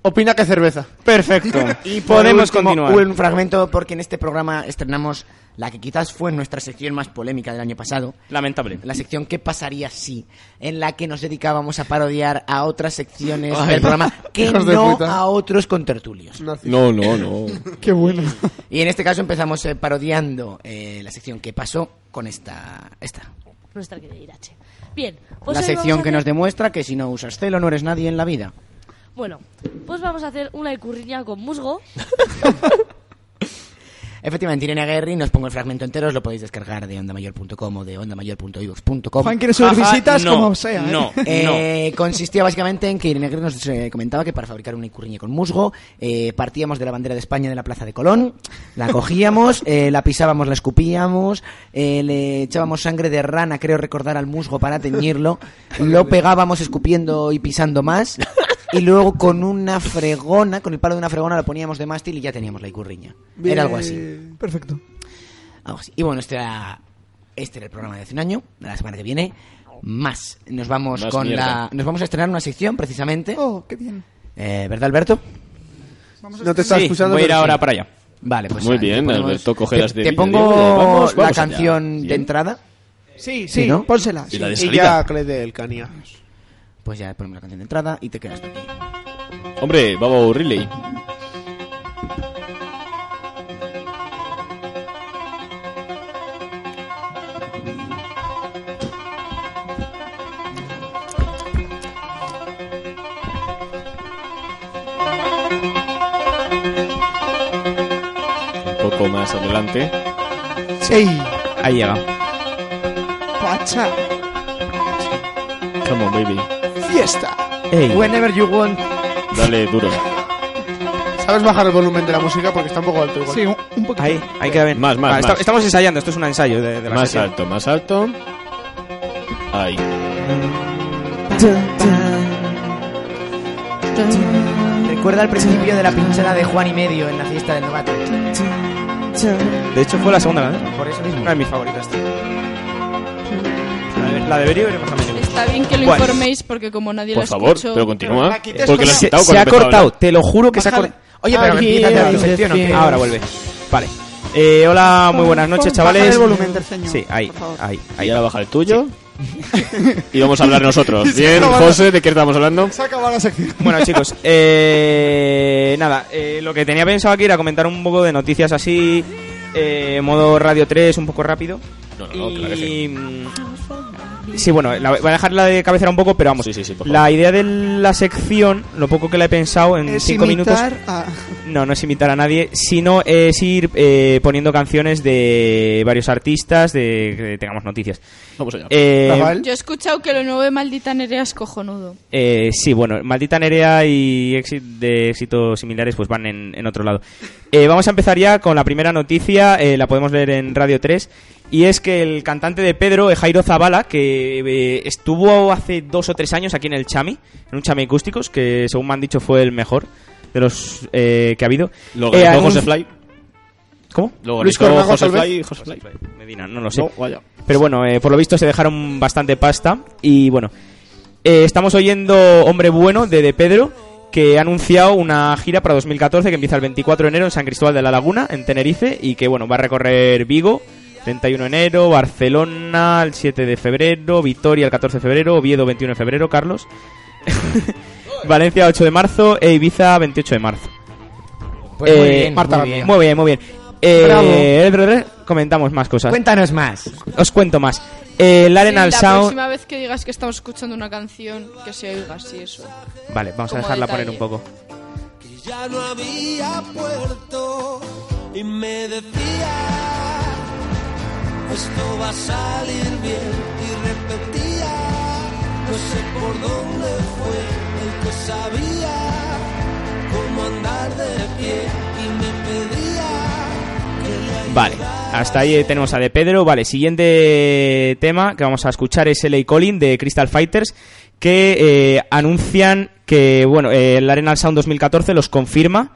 Speaker 7: Opina que cerveza.
Speaker 6: Perfecto.
Speaker 3: Y por
Speaker 6: podemos
Speaker 3: último,
Speaker 6: continuar.
Speaker 3: Un fragmento porque en este programa estrenamos la que quizás fue nuestra sección más polémica del año pasado.
Speaker 6: Lamentable.
Speaker 3: La sección ¿Qué pasaría si? En la que nos dedicábamos a parodiar a otras secciones
Speaker 9: Ay.
Speaker 3: del programa que
Speaker 9: Hijos de
Speaker 3: no
Speaker 9: puta.
Speaker 3: a otros contertulios.
Speaker 9: No, no, no.
Speaker 4: Qué bueno.
Speaker 3: Y en este caso empezamos eh, parodiando eh, la sección ¿Qué pasó? con esta. esta.
Speaker 14: Nuestra querida Irache. Bien, pues
Speaker 3: la
Speaker 14: hoy vamos
Speaker 3: sección
Speaker 14: a
Speaker 3: que nos
Speaker 14: hacer-
Speaker 3: demuestra que si no usas celo no eres nadie en la vida.
Speaker 14: Bueno, pues vamos a hacer una ecurriña con musgo.
Speaker 3: Efectivamente, Irene Guerri, nos pongo el fragmento entero, os lo podéis descargar de ondamayor.com o de ondamayor.ivox.com.
Speaker 4: Juan quiere subir Ajá, visitas no, como sea, ¿eh? no,
Speaker 3: Eh, Consistía básicamente en que Irene Guerri nos eh, comentaba que para fabricar una icurriña con musgo eh, partíamos de la bandera de España de la Plaza de Colón, la cogíamos, eh, la pisábamos, la escupíamos, eh, le echábamos sangre de rana, creo recordar, al musgo para teñirlo, lo pegábamos escupiendo y pisando más... Y luego con una fregona, con el palo de una fregona, lo poníamos de mástil y ya teníamos la icurriña. Era algo así.
Speaker 4: Perfecto.
Speaker 3: Algo así. Y bueno, este era, este era el programa de hace un año. De la semana que viene, más. Nos vamos,
Speaker 4: Más
Speaker 3: con
Speaker 4: mierda.
Speaker 3: la, nos vamos a estrenar una sección, precisamente.
Speaker 4: Oh, qué bien.
Speaker 3: Eh, ¿Verdad, Alberto?
Speaker 7: No te estaba
Speaker 6: Sí,
Speaker 7: escuchando.
Speaker 6: voy a ir
Speaker 7: pero
Speaker 6: ahora
Speaker 7: sí.
Speaker 6: para allá.
Speaker 3: Vale, pues.
Speaker 9: Muy
Speaker 3: ah, te
Speaker 9: bien,
Speaker 3: ponemos-
Speaker 9: Alberto Cogelas
Speaker 3: te-
Speaker 9: de
Speaker 3: Te
Speaker 9: Villa
Speaker 3: pongo
Speaker 9: de Oro. Vamos,
Speaker 3: la
Speaker 9: vamos allá.
Speaker 3: canción de
Speaker 9: Bien.
Speaker 3: entrada.
Speaker 4: Sí,
Speaker 3: Sí,
Speaker 4: sí,
Speaker 3: ¿no?
Speaker 4: pónsela.
Speaker 9: Y la de
Speaker 7: Y
Speaker 9: salida.
Speaker 7: ya Clay del Cania.
Speaker 3: Pues ya ponemos la canción de entrada y te quedas tú aquí.
Speaker 9: Hombre, Babo Riley. Un poco más adelante.
Speaker 4: Sí.
Speaker 6: Ahí llega.
Speaker 4: Pacha.
Speaker 9: Come on, baby.
Speaker 4: Fiesta.
Speaker 9: Ey.
Speaker 4: Whenever you want.
Speaker 9: Dale duro.
Speaker 7: ¿Sabes bajar el volumen de la música? Porque está un poco alto igual.
Speaker 4: Sí, un, poquito.
Speaker 6: Ahí, ahí queda bien.
Speaker 9: Más, más,
Speaker 6: Vale, esta-
Speaker 9: más.
Speaker 6: Estamos ensayando, esto es un ensayo de, de la
Speaker 9: Más
Speaker 6: sesión.
Speaker 9: alto, más alto. Ahí.
Speaker 3: Recuerda al principio de la pinchada de Juan y medio en la fiesta del novato.
Speaker 6: De hecho, fue la segunda Ah, canción.
Speaker 3: Por eso mismo.
Speaker 6: Una de mis favoritas. tío. La de, la de Berio era más a mí.
Speaker 5: Está bien que lo
Speaker 6: Bueno.
Speaker 5: informéis porque como nadie
Speaker 9: Por
Speaker 5: lo
Speaker 9: favor,
Speaker 5: escuchó...
Speaker 9: pero continúa.
Speaker 5: Aquí
Speaker 9: Porque lo has
Speaker 6: Se,
Speaker 9: quitado
Speaker 6: se
Speaker 9: cuando empezaba
Speaker 6: ha
Speaker 9: a
Speaker 6: cortado,
Speaker 9: hablar.
Speaker 6: te lo juro que se ha
Speaker 3: Bájale.
Speaker 6: cortado.
Speaker 3: Oye, pero empieza ya tu sección, ¿o qué?
Speaker 6: Ahora vuelve. Vale. Eh, hola, muy buenas noches,
Speaker 4: Bájale
Speaker 6: chavales.
Speaker 4: el volumen, terceño,
Speaker 6: Sí, ahí,
Speaker 4: por favor.
Speaker 6: ahí,
Speaker 9: Ahí
Speaker 6: ahí.
Speaker 9: ahora baja el tuyo. y vamos a hablar nosotros.
Speaker 7: Se
Speaker 9: Bien,
Speaker 7: acaba la-
Speaker 9: José, ¿de qué estamos hablando?
Speaker 7: Se ha acabado la sección.
Speaker 6: Bueno, chicos, eh, nada, eh, lo que tenía pensado aquí era comentar un poco de noticias así, eh, modo Radio 3, un poco rápido.
Speaker 9: No, no, no,
Speaker 6: y,
Speaker 9: claro que sí.
Speaker 6: mm, sí, bueno, la, voy a dejar la de cabecera un poco, pero vamos.
Speaker 9: Sí, sí, sí, por favor.
Speaker 6: la idea de la sección, lo poco que la he pensado en
Speaker 4: Es
Speaker 6: cinco minutos.
Speaker 4: imitar a...
Speaker 6: No, no es imitar a nadie, sino es ir eh, poniendo canciones de varios artistas, de que tengamos noticias.
Speaker 9: Vamos allá.
Speaker 6: Eh,
Speaker 7: Rafael.
Speaker 5: Yo he escuchado que lo nuevo de Maldita Nerea es cojonudo.
Speaker 6: eh, sí, bueno, Maldita Nerea y Exit de éxitos similares pues van en, en otro lado. Eh, vamos a empezar ya con la primera noticia, eh, la podemos leer en Radio 3, y es que el cantante de Pedro, eh, Jairo Zabala, que eh, estuvo hace dos o tres años aquí en el Chami, en un Chami Acústicos, que según me han dicho fue el mejor de los eh, que ha habido.
Speaker 9: Lo
Speaker 6: Eh,
Speaker 9: grabó
Speaker 6: anun-
Speaker 9: José Fly.
Speaker 6: ¿cómo?
Speaker 9: Lo
Speaker 7: Luis
Speaker 9: organizó
Speaker 7: Cornago,
Speaker 9: José
Speaker 7: tal vez.
Speaker 9: Fly. José Fly.
Speaker 6: Medina, no lo sé.
Speaker 9: No, vaya.
Speaker 6: Pero bueno, eh, por lo visto se dejaron bastante pasta. Y bueno, eh, estamos oyendo Hombre Bueno de De Pedro, que ha anunciado una gira para 2014 que empieza el 24 de enero en San Cristóbal de la Laguna, en Tenerife, y que bueno, va a recorrer Vigo. 31 de enero, Barcelona el 7 de febrero, Vitoria el 14 de febrero, Oviedo 21 de febrero, Carlos. Valencia 8 de marzo e Ibiza 28 de marzo. Eh,
Speaker 3: Pues
Speaker 9: Eh,
Speaker 3: muy bien,
Speaker 6: Marta,
Speaker 3: muy bien.
Speaker 6: muy bien, muy bien. Eh,
Speaker 3: Bravo.
Speaker 6: eh, eh, comentamos más cosas.
Speaker 3: Cuéntanos más.
Speaker 6: Os cuento más. Eh, el Arenal
Speaker 5: la
Speaker 6: Sound.
Speaker 5: próxima vez que digas que estamos escuchando una canción, que se oiga así eso.
Speaker 6: Vale, vamos a
Speaker 5: como
Speaker 6: dejarla
Speaker 5: detalle.
Speaker 6: poner un poco.
Speaker 11: Ya no había puerto y me decía, esto va a salir bien y repetía, no sé por dónde fue el que sabía cómo andar de pie y me pedía que le
Speaker 6: Vale, hasta ahí eh, tenemos a De Pedro. Vale, siguiente tema que vamos a escuchar es LA Colin de Crystal Fighters que eh, anuncian que, bueno, eh, el Arenal Sound 2014 los confirma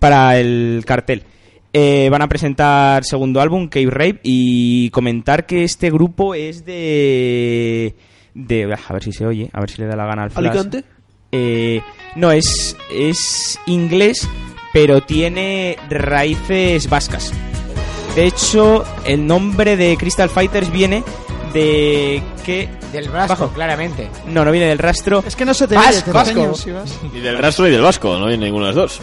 Speaker 6: para el cartel. eh, van a presentar segundo álbum, Cave Rape, y comentar que este grupo es de... de a ver si se oye, a ver si le da la gana al flash.
Speaker 7: ¿Alicante?
Speaker 6: Eh, no, es, es inglés, pero tiene raíces vascas. De hecho, el nombre de Crystal Fighters viene de que...
Speaker 3: Del vasco, claramente.
Speaker 6: No, no viene del rastro.
Speaker 4: Es que no se te
Speaker 6: Vas-
Speaker 4: oye, te
Speaker 6: vasco.
Speaker 4: enseño si vas.
Speaker 9: Y del rastro y del vasco, no hay ninguno de las dos.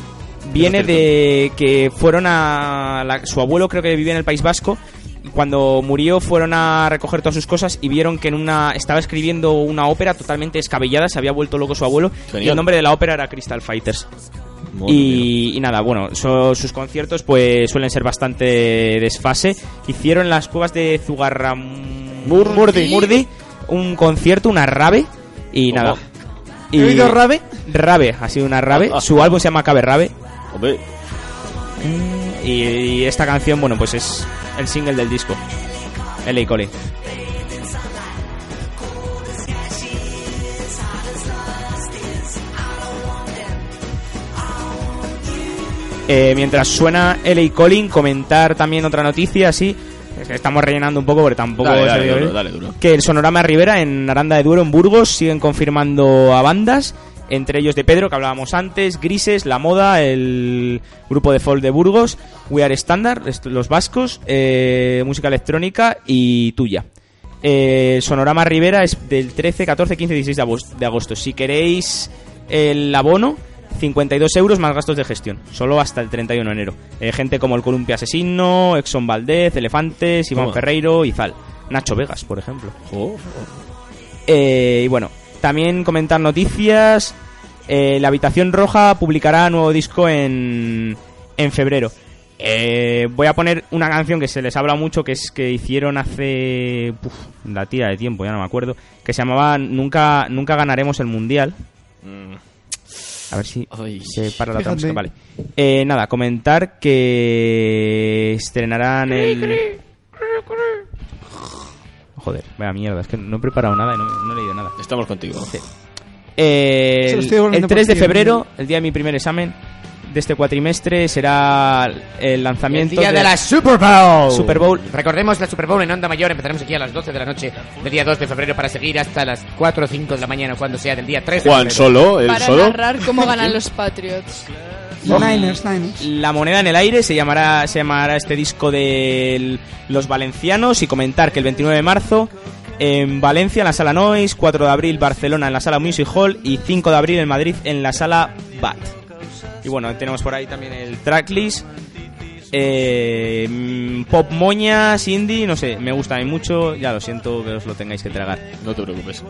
Speaker 6: Viene de eh, que fueron a... la- su abuelo creo que vivía en el País Vasco. y Cuando murió fueron a recoger todas sus cosas y vieron que en una estaba escribiendo una ópera totalmente descabellada, se había vuelto loco su abuelo y
Speaker 9: Genial.
Speaker 6: el nombre de la ópera era Crystal Fighters.
Speaker 9: Bueno,
Speaker 6: Y, y nada, bueno, so- sus conciertos pues suelen ser bastante desfase. Hicieron en las cuevas de Zugarramurdi Murdi un concierto, una rave y nada.
Speaker 4: ¿He oído rave?
Speaker 6: Rave, ha sido una rave. Su álbum se llama Cabe Rave.
Speaker 9: Hombre.
Speaker 6: Y, y esta canción, bueno, pues es el single del disco. L.A. Cole. Eh, mientras suena L.A. Colin, comentar también otra noticia, así. Es que Estamos rellenando un poco porque tampoco...
Speaker 9: Dale,
Speaker 6: se
Speaker 9: dale,
Speaker 6: vio
Speaker 9: duro,
Speaker 6: bien.
Speaker 9: dale, duro.
Speaker 6: Que el Sonorama Rivera en Aranda de Duero, en Burgos, siguen confirmando a bandas. Entre ellos de Pedro, que hablábamos antes, Grises, La Moda, el grupo de folk de Burgos, We Are Standard, est- los vascos, eh, música electrónica y tuya. Eh, el Sonorama Rivera es del 13, 14, 15 y 16 de agos- de agosto. Si queréis el abono, 52 euros más gastos de gestión, solo hasta el 31 de enero. Eh, gente como el Columpio Asesino, Exxon Valdez, Elefantes, Iván
Speaker 9: Toma.
Speaker 6: Ferreiro y Zal. Nacho Vegas, por ejemplo. Eh, y bueno, también comentar noticias. Eh, la Habitación Roja publicará nuevo disco en, en febrero. Eh, voy a poner una canción que se les habla mucho, que es que hicieron hace puf, la tira de tiempo, ya no me acuerdo, que se llamaba Nunca, nunca ganaremos el mundial. A ver si se para la otra
Speaker 9: Fíjate.
Speaker 6: música. Vale. Eh, nada, comentar que estrenarán el. Joder, vaya mierda, es que no he preparado nada y no, no he leído nada.
Speaker 9: Estamos contigo.
Speaker 6: Eh,
Speaker 9: Se lo estoy
Speaker 6: el
Speaker 9: devolviendo
Speaker 6: 3 de
Speaker 9: por ti,
Speaker 6: febrero, el día de mi primer examen de este cuatrimestre, será el lanzamiento.
Speaker 3: El día de la Super Bowl.
Speaker 6: Super Bowl.
Speaker 3: Recordemos la Super Bowl en Onda Mayor. Empezaremos aquí a las 12 de la noche del día 2 de febrero para seguir hasta las 4 o 5 de la mañana, cuando sea del día
Speaker 6: Este
Speaker 3: 3 de
Speaker 9: Juan
Speaker 3: febrero.
Speaker 9: Solo, él
Speaker 5: Para
Speaker 9: solo.
Speaker 5: narrar cómo ganan los Patriots.
Speaker 6: La moneda en el aire se llamará, se llamará este disco de el- los valencianos y comentar que el 29 de marzo en Valencia en la sala Nois, 4 de abril Barcelona en la sala Music Hall y 5 de abril en Madrid en la sala Bat. Y bueno, tenemos por ahí también el tracklist. Eh, mm, pop moñas, indie, no sé, me gusta a mí mucho, ya lo siento que os lo tengáis que tragar.
Speaker 9: No te preocupes.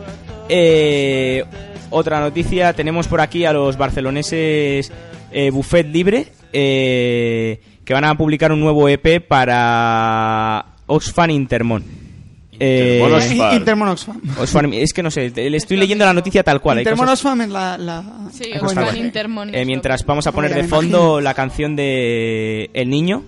Speaker 6: Eh, otra noticia, tenemos por aquí a los barceloneses eh, Buffet Libre, eh, que van a publicar un nuevo EP para Oxfam Intermon. Eh,
Speaker 4: Intermon Oxfam. Intermon Oxfam.
Speaker 6: Oxfam, es que no sé, te- le estoy leyendo la noticia tal cual. hay
Speaker 4: Intermon
Speaker 6: cosas-
Speaker 4: Oxfam en la... la...
Speaker 5: Sí,
Speaker 4: hay
Speaker 6: Pues
Speaker 4: cosas
Speaker 6: tal
Speaker 4: que-
Speaker 6: cual. Eh, mientras vamos a poner
Speaker 4: Ya
Speaker 6: de
Speaker 4: me
Speaker 6: fondo la canción de El Niño,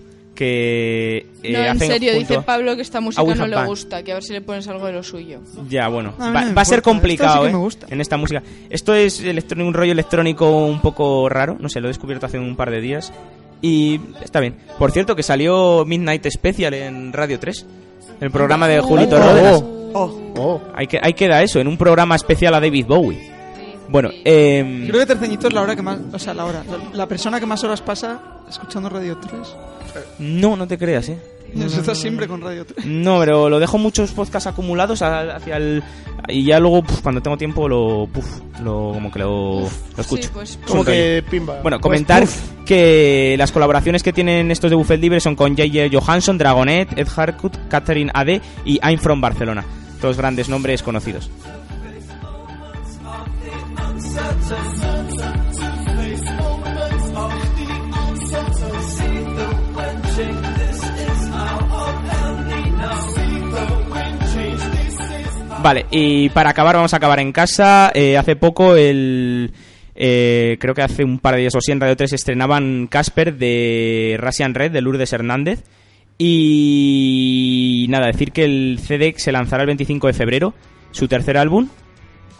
Speaker 6: que eh,
Speaker 5: No, en
Speaker 6: hacen
Speaker 5: serio,
Speaker 6: junto
Speaker 5: dice
Speaker 6: a-
Speaker 5: Pablo que esta música
Speaker 6: a We
Speaker 5: no
Speaker 6: Have
Speaker 5: le
Speaker 6: Bang.
Speaker 5: gusta, que a ver si le pones algo de lo suyo.
Speaker 6: Ya, bueno.
Speaker 5: A mí no
Speaker 6: va,
Speaker 5: me
Speaker 6: va a ser
Speaker 5: importa, esta
Speaker 6: complicado,
Speaker 5: sí que
Speaker 6: ¿eh?
Speaker 5: me gusta.
Speaker 6: En esta música. Esto es electrónico, un rollo electrónico un poco raro. No sé, lo he descubierto hace un par de días. Y está bien. Por cierto, que salió Midnight Special en Radio 3. El programa de
Speaker 9: Oh.
Speaker 6: Julito
Speaker 9: Oh.
Speaker 6: Rodenas.
Speaker 7: Oh.
Speaker 6: Ahí, que- ahí queda eso, en un programa especial a David Bowie. Bueno, eh,
Speaker 4: Creo que Terceñito es la hora que más... O sea, la hora. La, la persona que más horas pasa escuchando Radio 3.
Speaker 6: no, no te creas, ¿eh?
Speaker 4: Nosotros siempre con Radio 3.
Speaker 6: No, pero lo dejo muchos podcasts acumulados a- hacia el... Y ya luego, puf, cuando tengo tiempo, lo... puf, lo como que lo, lo escucho.
Speaker 7: sí, pues,
Speaker 6: Es un
Speaker 9: Oh.
Speaker 7: Como que
Speaker 6: rollo.
Speaker 7: pimba.
Speaker 6: eh, Bueno,
Speaker 7: Pues,
Speaker 6: comentar
Speaker 7: puf.
Speaker 6: que las colaboraciones que tienen estos de Buffet Libre son con J.J. Johansson, Dragonet, Ed Harcourt, Catherine A.D. y I'm From Barcelona. Todos grandes nombres conocidos. Vale, y para acabar, vamos a acabar en casa. Eh, hace poco, el eh, creo que hace un par de días o sí, en Radio 3 estrenaban Casper de Russian Red, de Lourdes Hernández. Y nada, decir que el CD se lanzará el 25 de febrero, su tercer álbum.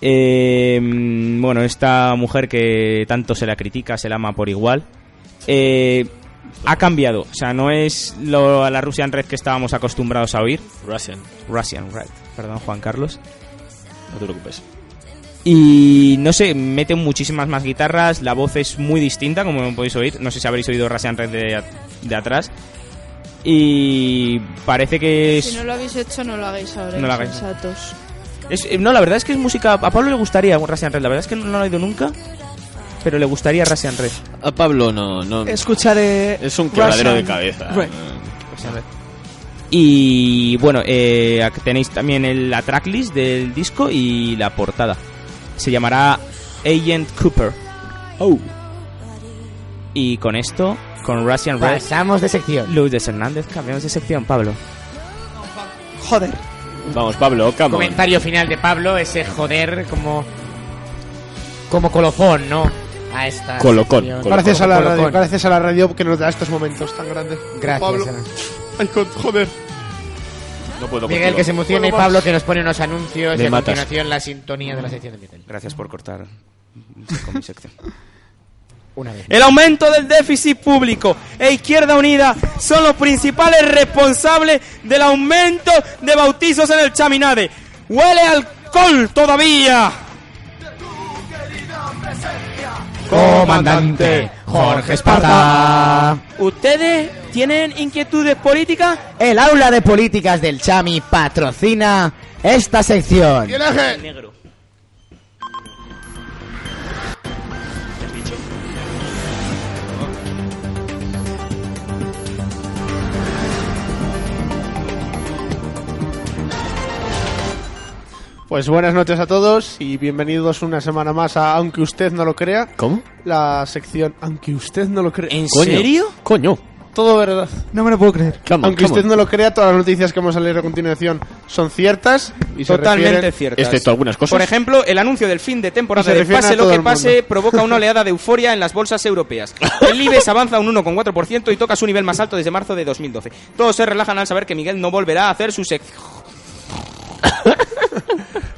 Speaker 6: Eh, bueno, esta mujer que tanto se la critica, se la ama por igual. Eh, ha cambiado. O sea, no es lo, la Russian Red que estábamos acostumbrados a oír.
Speaker 9: Russian.
Speaker 6: Russian Red. Perdón, Juan Carlos.
Speaker 9: No te preocupes.
Speaker 6: Y no sé, meten muchísimas más guitarras, la voz es muy distinta, como podéis oír. No sé si habréis oído Russian Red de, at- de atrás. Y parece que es...
Speaker 5: Si no lo habéis hecho, no lo hagáis ahora.
Speaker 6: No lo hagáis.
Speaker 5: insensatos.
Speaker 6: Es- eh, no, la verdad es que es música. A Pablo le gustaría un Russian Red. La verdad es que no, no lo ha oído nunca. Pero le gustaría Russian Red.
Speaker 9: A Pablo no, no.
Speaker 4: Escucharé.
Speaker 9: Es un quebradero de
Speaker 4: Russian
Speaker 9: cabeza.
Speaker 4: Red.
Speaker 6: Russian Red. Y bueno, eh, aquí tenéis también el, la tracklist del disco y la portada. Se llamará Agent Cooper.
Speaker 9: Oh.
Speaker 6: Y con esto, con Russian Red.
Speaker 3: Pasamos de sección.
Speaker 6: Luis Hernández, cambiamos de sección, Pablo.
Speaker 4: Joder.
Speaker 9: Vamos, Pablo, come on.
Speaker 3: Comentario final de Pablo, ese joder como. como colofón, ¿no? A esta.
Speaker 9: Colocón,
Speaker 3: sección.
Speaker 7: Gracias a la
Speaker 3: Colofón.
Speaker 7: radio, gracias a la radio que nos da estos momentos tan grandes.
Speaker 3: Gracias, eh.
Speaker 7: Pablo.
Speaker 3: Ana.
Speaker 7: Ay, con- joder.
Speaker 9: No puedo
Speaker 3: Miguel que se emociona y
Speaker 7: Puedo más.
Speaker 3: Pablo que nos pone unos anuncios
Speaker 9: Me
Speaker 3: y a
Speaker 9: matas.
Speaker 3: continuación la sintonía de la sección de Miguel.
Speaker 6: Gracias por cortar con mi sección.
Speaker 3: Una vez.
Speaker 6: El aumento del déficit público e Izquierda Unida son los principales responsables del aumento de bautizos en el Chaminade. ¡Huele a alcohol todavía!
Speaker 3: Comandante Jorge Esparta.
Speaker 6: ¿Ustedes tienen inquietudes políticas?
Speaker 3: El aula de políticas del Chami patrocina esta sección.
Speaker 6: Negro.
Speaker 7: Pues buenas noches a todos y bienvenidos una semana más a Aunque usted no lo crea.
Speaker 9: ¿Cómo?
Speaker 7: La sección Aunque usted no lo crea.
Speaker 6: ¿En
Speaker 9: Coño. Coño.
Speaker 7: Todo verdad.
Speaker 4: No me lo puedo creer.
Speaker 9: Come on,
Speaker 7: Aunque
Speaker 9: come
Speaker 7: usted
Speaker 9: on.
Speaker 7: no lo crea, todas las noticias que vamos a leer a continuación son ciertas y se
Speaker 6: Totalmente
Speaker 7: refieren-
Speaker 6: ciertas.
Speaker 9: Excepto ¿Este algunas cosas.
Speaker 6: Por ejemplo, el anuncio del fin de temporada
Speaker 7: Y se
Speaker 6: de
Speaker 7: refieren a
Speaker 6: Pase lo
Speaker 7: todo
Speaker 6: que
Speaker 7: el
Speaker 6: pase
Speaker 7: mundo.
Speaker 6: provoca una oleada de euforia en las bolsas europeas. El IBEX avanza un 1,4% y toca su nivel más alto desde marzo de 2012. Todos se relajan al saber que Miguel no volverá a hacer su sección.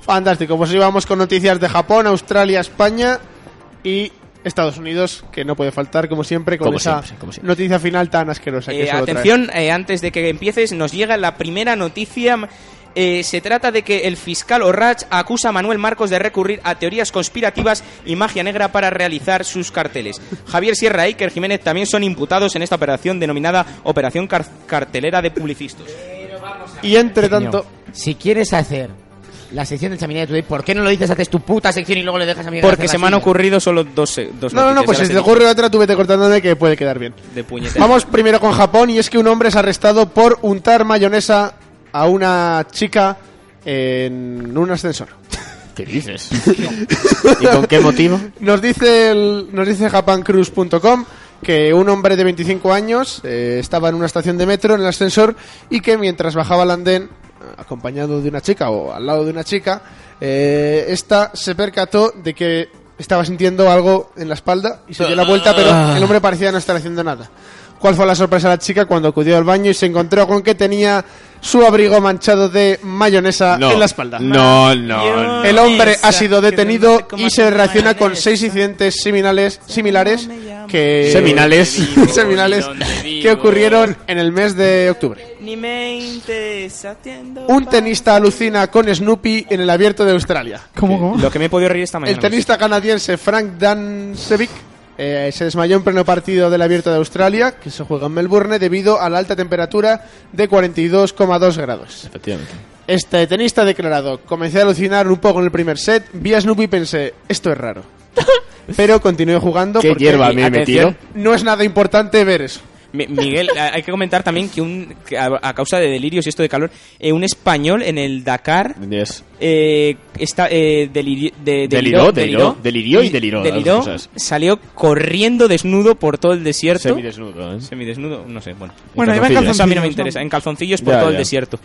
Speaker 7: Fantástico. Pues hoy vamos con noticias de Japón, Australia, España y Estados Unidos, que no puede faltar, como siempre, con
Speaker 9: Como
Speaker 7: esa
Speaker 9: siempre, como siempre.
Speaker 7: noticia final tan asquerosa. que
Speaker 6: Eh,
Speaker 7: solo trae.
Speaker 6: atención, eh, antes de que empieces, nos llega la primera noticia. Eh, se trata de que el fiscal Orrach acusa a Manuel Marcos de recurrir a teorías conspirativas y magia negra para realizar sus carteles. Javier Sierra e Iker Jiménez también son imputados en esta operación denominada Operación Car- Cartelera de Publicistas.
Speaker 7: Y entre tanto,
Speaker 3: Si quieres hacer la sección del Chaminade Today, ¿por qué no lo dices? Haces tu puta sección y luego le dejas a Miguel.
Speaker 6: Porque
Speaker 3: hacer
Speaker 6: se
Speaker 3: la
Speaker 6: me han
Speaker 3: suya.
Speaker 6: ocurrido solo dos, eh, dos
Speaker 7: No, no, no,
Speaker 6: noticias,
Speaker 7: pues
Speaker 6: ya
Speaker 7: si te
Speaker 6: las he
Speaker 7: ocurre otra, tú vete cortándome que puede quedar bien.
Speaker 6: dicho, de puñetera.
Speaker 7: Vamos primero con Japón y es que un hombre es arrestado por untar mayonesa a una chica en un ascensor.
Speaker 9: ¿Qué dices? ¿Y con qué motivo?
Speaker 7: Nos dice, el, nos dice japancruise.com que un hombre de 25 años eh, estaba en una estación de metro en el ascensor y que mientras bajaba al andén eh, acompañado de una chica o al lado de una chica, eh, esta se percató de que estaba sintiendo algo en la espalda y se dio la vuelta, pero el hombre parecía no estar haciendo nada. ¿Cuál fue la sorpresa de la chica cuando acudió al baño y se encontró con que tenía su abrigo manchado de mayonesa
Speaker 9: No.
Speaker 7: en la espalda?
Speaker 9: No, no. no.
Speaker 7: El hombre ha sido detenido y se relaciona con seis incidentes similares, similares que
Speaker 9: Seminales.
Speaker 7: seminales que ocurrieron en el mes de octubre.
Speaker 1: Ni me interesa, tiendo
Speaker 7: Un
Speaker 1: pa-
Speaker 7: tenista alucina con Snoopy en el abierto de Australia.
Speaker 4: ¿Cómo, cómo?
Speaker 6: Lo que me he podido reír esta mañana.
Speaker 7: El tenista canadiense Frank Dansevic eh, se desmayó en pleno partido del Abierto de Australia, que se juega en Melbourne, debido a la alta temperatura de 42,2 grados.
Speaker 9: Efectivamente.
Speaker 7: Este tenista ha declarado, comencé a alucinar un poco en el primer set, vi a Snoopy y pensé, esto es raro. Pero continué jugando
Speaker 9: ¿Qué
Speaker 7: porque
Speaker 9: hierba me he metido?
Speaker 7: no es nada importante ver eso.
Speaker 6: Mi- Miguel, a- hay que comentar también que, un, que a, a causa de delirios y esto de calor, eh, un español en el Dakar
Speaker 9: Yes.
Speaker 6: eh, está, eh, deliri- de-
Speaker 9: Deliró, deliró, delirió y deliró, las
Speaker 6: deliró,
Speaker 9: dos cosas.
Speaker 6: salió corriendo desnudo por todo el desierto.
Speaker 9: Semidesnudo, ¿eh?
Speaker 6: Semidesnudo, no sé, bueno.
Speaker 4: Bueno, iba en
Speaker 9: calzoncillos.
Speaker 6: Eso a mí no me
Speaker 4: calzoncillos,
Speaker 6: interesa, en calzoncillos por
Speaker 9: Ya,
Speaker 6: todo el
Speaker 9: ya.
Speaker 6: desierto.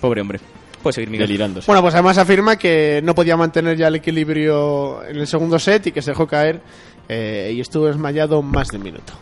Speaker 6: Pobre hombre. Puedes seguir, Miguel.
Speaker 9: Delirándose.
Speaker 7: Bueno, pues además afirma que no podía mantener ya el equilibrio en el segundo set y que se dejó caer eh, y estuvo desmayado más de un minuto.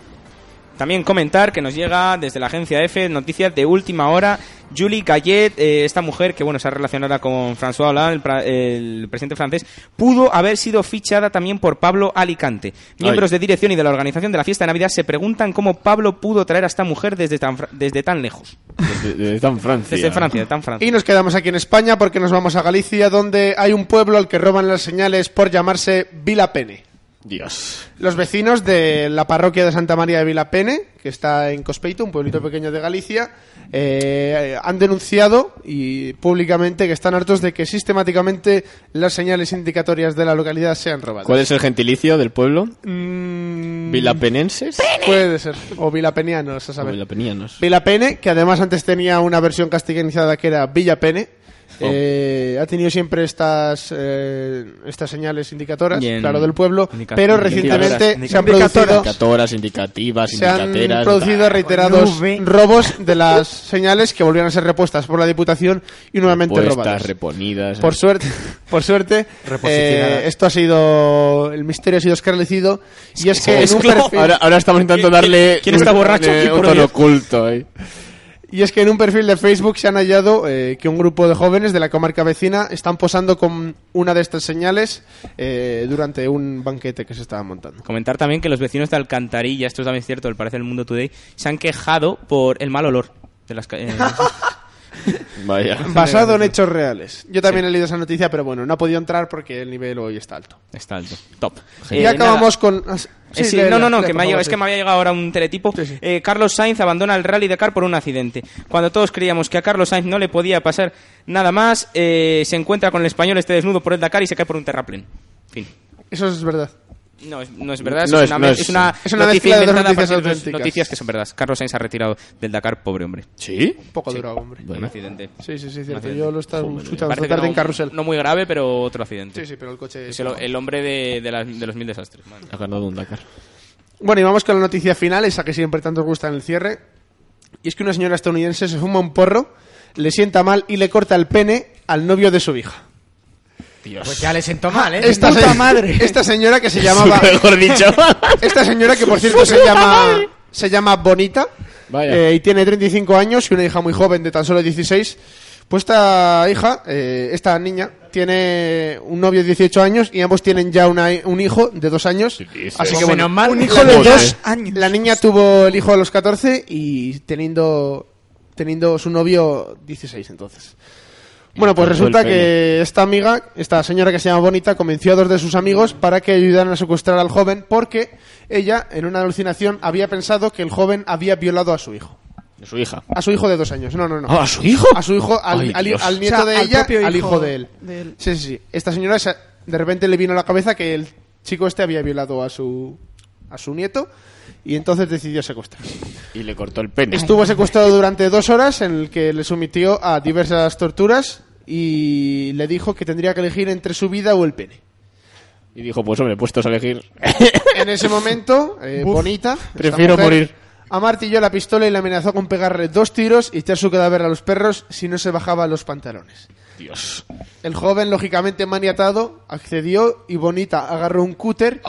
Speaker 6: También comentar que nos llega desde la agencia EFE noticias de última hora. Julie Gayet, eh, esta mujer que bueno se ha relacionado con François Hollande, el, pra- el presidente francés, pudo haber sido fichada también por Pablo Alicante. Miembros de dirección y de la organización de la fiesta de Navidad se preguntan cómo Pablo pudo traer a esta mujer desde tan, fra- desde tan lejos.
Speaker 9: Desde, desde tan Francia.
Speaker 6: Desde Francia, de tan Francia.
Speaker 7: Y nos quedamos aquí en España porque nos vamos a Galicia, donde hay un pueblo al que roban las señales por llamarse Vilapene.
Speaker 9: Dios.
Speaker 7: Los vecinos de la parroquia de Santa María de Vilapene, que está en Cospeito, un pueblito pequeño de Galicia, eh, han denunciado y públicamente que están hartos de que sistemáticamente las señales indicatorias de la localidad sean robadas.
Speaker 9: ¿Cuál es el gentilicio del pueblo?
Speaker 7: Mm.
Speaker 9: ¿Vilapenenses?
Speaker 7: Puede ser. O vilapenianos, a
Speaker 9: O
Speaker 7: saber.
Speaker 9: vilapenianos.
Speaker 7: Vilapene, que además antes tenía una versión castellanizada que era Villapene.
Speaker 9: Oh.
Speaker 7: eh, ha tenido siempre estas eh, estas señales indicadoras,
Speaker 9: Bien.
Speaker 7: claro, del pueblo,
Speaker 9: Indica-
Speaker 7: pero
Speaker 9: indicadoras.
Speaker 7: recientemente se han producido
Speaker 9: Indicatoras, indicativas,
Speaker 7: se han
Speaker 9: indicateras.
Speaker 7: producido
Speaker 9: bla.
Speaker 7: reiterados robos de las señales que volvieron a ser repuestas por la Diputación y nuevamente
Speaker 9: Puestas,
Speaker 7: robadas.
Speaker 9: reponidas.
Speaker 7: Por suerte, por suerte,
Speaker 9: Reposicionadas.
Speaker 7: eh, esto ha sido el misterio ha sido esclarecido y es que en
Speaker 9: Es
Speaker 7: un
Speaker 9: claro,
Speaker 7: perfil-
Speaker 9: ahora, ahora estamos intentando darle. darle un tono oculto ahí.
Speaker 7: Y es que en un perfil de Facebook se han hallado eh, que un grupo de jóvenes de la comarca vecina están posando con una de estas señales eh, durante un banquete que se estaba montando.
Speaker 6: Comentar también que los vecinos de Alcantarilla, esto es también cierto, el parece el Mundo Today, se han quejado por el mal olor de las ca- eh,
Speaker 9: Vaya.
Speaker 7: Basado en hechos reales. Yo también he leído esa noticia, pero bueno, no ha podido entrar porque el nivel hoy está alto.
Speaker 6: Está alto. Top.
Speaker 7: y
Speaker 6: Eh,
Speaker 7: acabamos
Speaker 6: nada.
Speaker 7: con... ah, sí,
Speaker 6: Eh, sí,
Speaker 7: léela,
Speaker 6: no, no, no,
Speaker 7: léela,
Speaker 6: que
Speaker 7: por
Speaker 6: me, ha
Speaker 7: favor,
Speaker 6: llegado- es
Speaker 7: sí.
Speaker 6: que me había llegado ahora un teletipo. Eh, Carlos Sainz abandona el Rally Dakar por un accidente. Cuando todos creíamos que a Carlos Sainz no le podía pasar nada más, eh, se encuentra con el español este desnudo por el Dakar y se cae por un terraplén. Fin.
Speaker 7: Eso es verdad.
Speaker 6: No, es, no es verdad,
Speaker 7: No
Speaker 6: es,
Speaker 7: es-
Speaker 6: una,
Speaker 7: no es-
Speaker 6: es una
Speaker 7: es una
Speaker 6: noticia
Speaker 7: mezcla de dos
Speaker 6: inventada a
Speaker 7: noticias
Speaker 6: partir de dos
Speaker 7: auténticas.
Speaker 6: noticias que son verdad. Carlos Sainz se ha retirado del Dakar, pobre hombre.
Speaker 9: ¿Sí?
Speaker 7: Un poco duro, hombre.
Speaker 6: Un accidente.
Speaker 7: Sí, sí, sí,
Speaker 6: Un
Speaker 7: cierto.
Speaker 6: accidente.
Speaker 7: Yo lo estaba escuchando
Speaker 6: Parece
Speaker 7: esta
Speaker 6: que
Speaker 7: tarde
Speaker 6: no,
Speaker 7: en carrusel.
Speaker 6: No muy grave, pero otro accidente.
Speaker 7: Sí, sí, pero el coche-
Speaker 6: Es el, el hombre de, de, las- de los mil desastres. madre.
Speaker 9: Ha ganado un Dakar.
Speaker 7: Bueno, y vamos con la noticia final, esa que siempre tanto os gusta en el cierre. Y es que una señora estadounidense se fuma un porro, le sienta mal y le corta el pene al novio de su hija.
Speaker 3: Pues ya le sentó mal, ¿eh?
Speaker 7: Esta,
Speaker 3: Puta
Speaker 7: se-
Speaker 3: madre.
Speaker 7: esta señora que se llamaba.
Speaker 9: Mejor dicho.
Speaker 7: Esta señora que por cierto se
Speaker 3: Puta
Speaker 7: llama.
Speaker 3: madre.
Speaker 7: Se llama Bonita.
Speaker 9: Vaya.
Speaker 7: eh, y tiene 35 años y una hija muy joven de tan solo 16. Pues esta hija, eh, esta niña, tiene un novio de 18 años y ambos tienen ya una- un hijo de dos años.
Speaker 9: dices?
Speaker 7: Así que
Speaker 3: Pues
Speaker 7: bueno,
Speaker 3: menos mal.
Speaker 7: un hijo de
Speaker 3: Joder.
Speaker 7: dos años. La niña tuvo el hijo a los 14 y teniendo, teniendo su novio 16 entonces. Bueno, pues
Speaker 9: Cortó el
Speaker 7: resulta
Speaker 9: pene.
Speaker 7: que esta amiga, esta señora que se llama Bonita, convenció a dos de sus amigos para que ayudaran a secuestrar al joven porque ella, en una alucinación, había pensado que el joven había violado a su hijo.
Speaker 9: De su hija.
Speaker 7: A su hijo de dos años, no, no, no.
Speaker 9: Ah, ¿a su hijo?
Speaker 7: A su hijo, al,
Speaker 9: Ay,
Speaker 7: al-
Speaker 9: Dios.
Speaker 7: al nieto
Speaker 4: O sea,
Speaker 7: de
Speaker 4: al
Speaker 7: ella, al
Speaker 4: propio
Speaker 7: hijo,
Speaker 4: hijo
Speaker 7: de él.
Speaker 4: de él.
Speaker 7: Sí, sí, sí. Esta señora se- de repente le vino a la cabeza que el chico este había violado a su, a su nieto y entonces decidió secuestrar.
Speaker 9: Y le cortó el pene.
Speaker 7: Estuvo secuestrado durante dos horas en el que le sometió a diversas torturas y le dijo que tendría que elegir entre su vida o el pene.
Speaker 9: Y dijo, pues hombre, puestos a elegir.
Speaker 7: Eh. En ese momento, eh,
Speaker 9: Uf,
Speaker 7: bonita, esta
Speaker 9: prefiero
Speaker 7: mujer,
Speaker 9: morir.
Speaker 7: Amartilló la pistola y le amenazó con pegarle dos tiros y echar su cadáver a los perros si no se bajaba los pantalones.
Speaker 9: Dios.
Speaker 7: El joven, lógicamente maniatado, accedió y Bonita agarró un cúter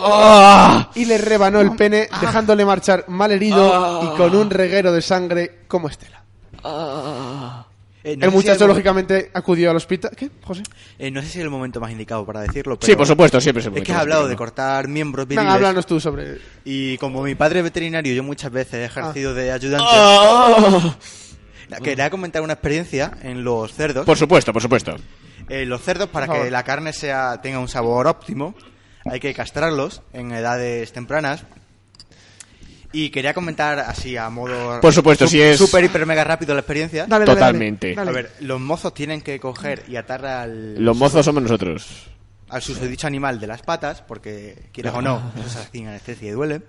Speaker 7: y le rebanó el pene,
Speaker 9: Ah.
Speaker 7: dejándole marchar mal herido y con un reguero de sangre como estela.
Speaker 12: Eh, no sé
Speaker 7: El
Speaker 12: si
Speaker 7: muchacho,
Speaker 12: hay-
Speaker 7: lógicamente, acudió al hospital. ¿Qué, José?
Speaker 12: eh, no sé si es el momento más indicado para decirlo.
Speaker 7: Sí,
Speaker 12: pero
Speaker 7: por supuesto, siempre es el
Speaker 12: Es
Speaker 7: momento
Speaker 12: que has
Speaker 7: más
Speaker 12: hablado
Speaker 7: indicado.
Speaker 12: de cortar miembros
Speaker 7: Venga,
Speaker 12: viriles.
Speaker 7: háblanos tú sobre.
Speaker 12: Y como mi padre es veterinario, yo muchas veces
Speaker 7: Ah.
Speaker 12: he ejercido de ayudante.
Speaker 9: Ah.
Speaker 12: Quería comentar una experiencia en los cerdos.
Speaker 9: Por supuesto, por supuesto.
Speaker 12: Eh, los cerdos, para
Speaker 7: Por favor.
Speaker 12: que la carne sea, tenga un sabor óptimo, hay que castrarlos en edades tempranas. Y quería comentar así a modo.
Speaker 9: Por supuesto, si es-
Speaker 12: Super, hiper, mega rápido la experiencia.
Speaker 9: Dale, dale, dale. Totalmente. Dale.
Speaker 12: A ver, los mozos tienen que coger y atar al.
Speaker 9: Los mozos somos nosotros.
Speaker 12: Al susodicho animal de las patas, porque quieras o no, eso es así en anestesia y duele.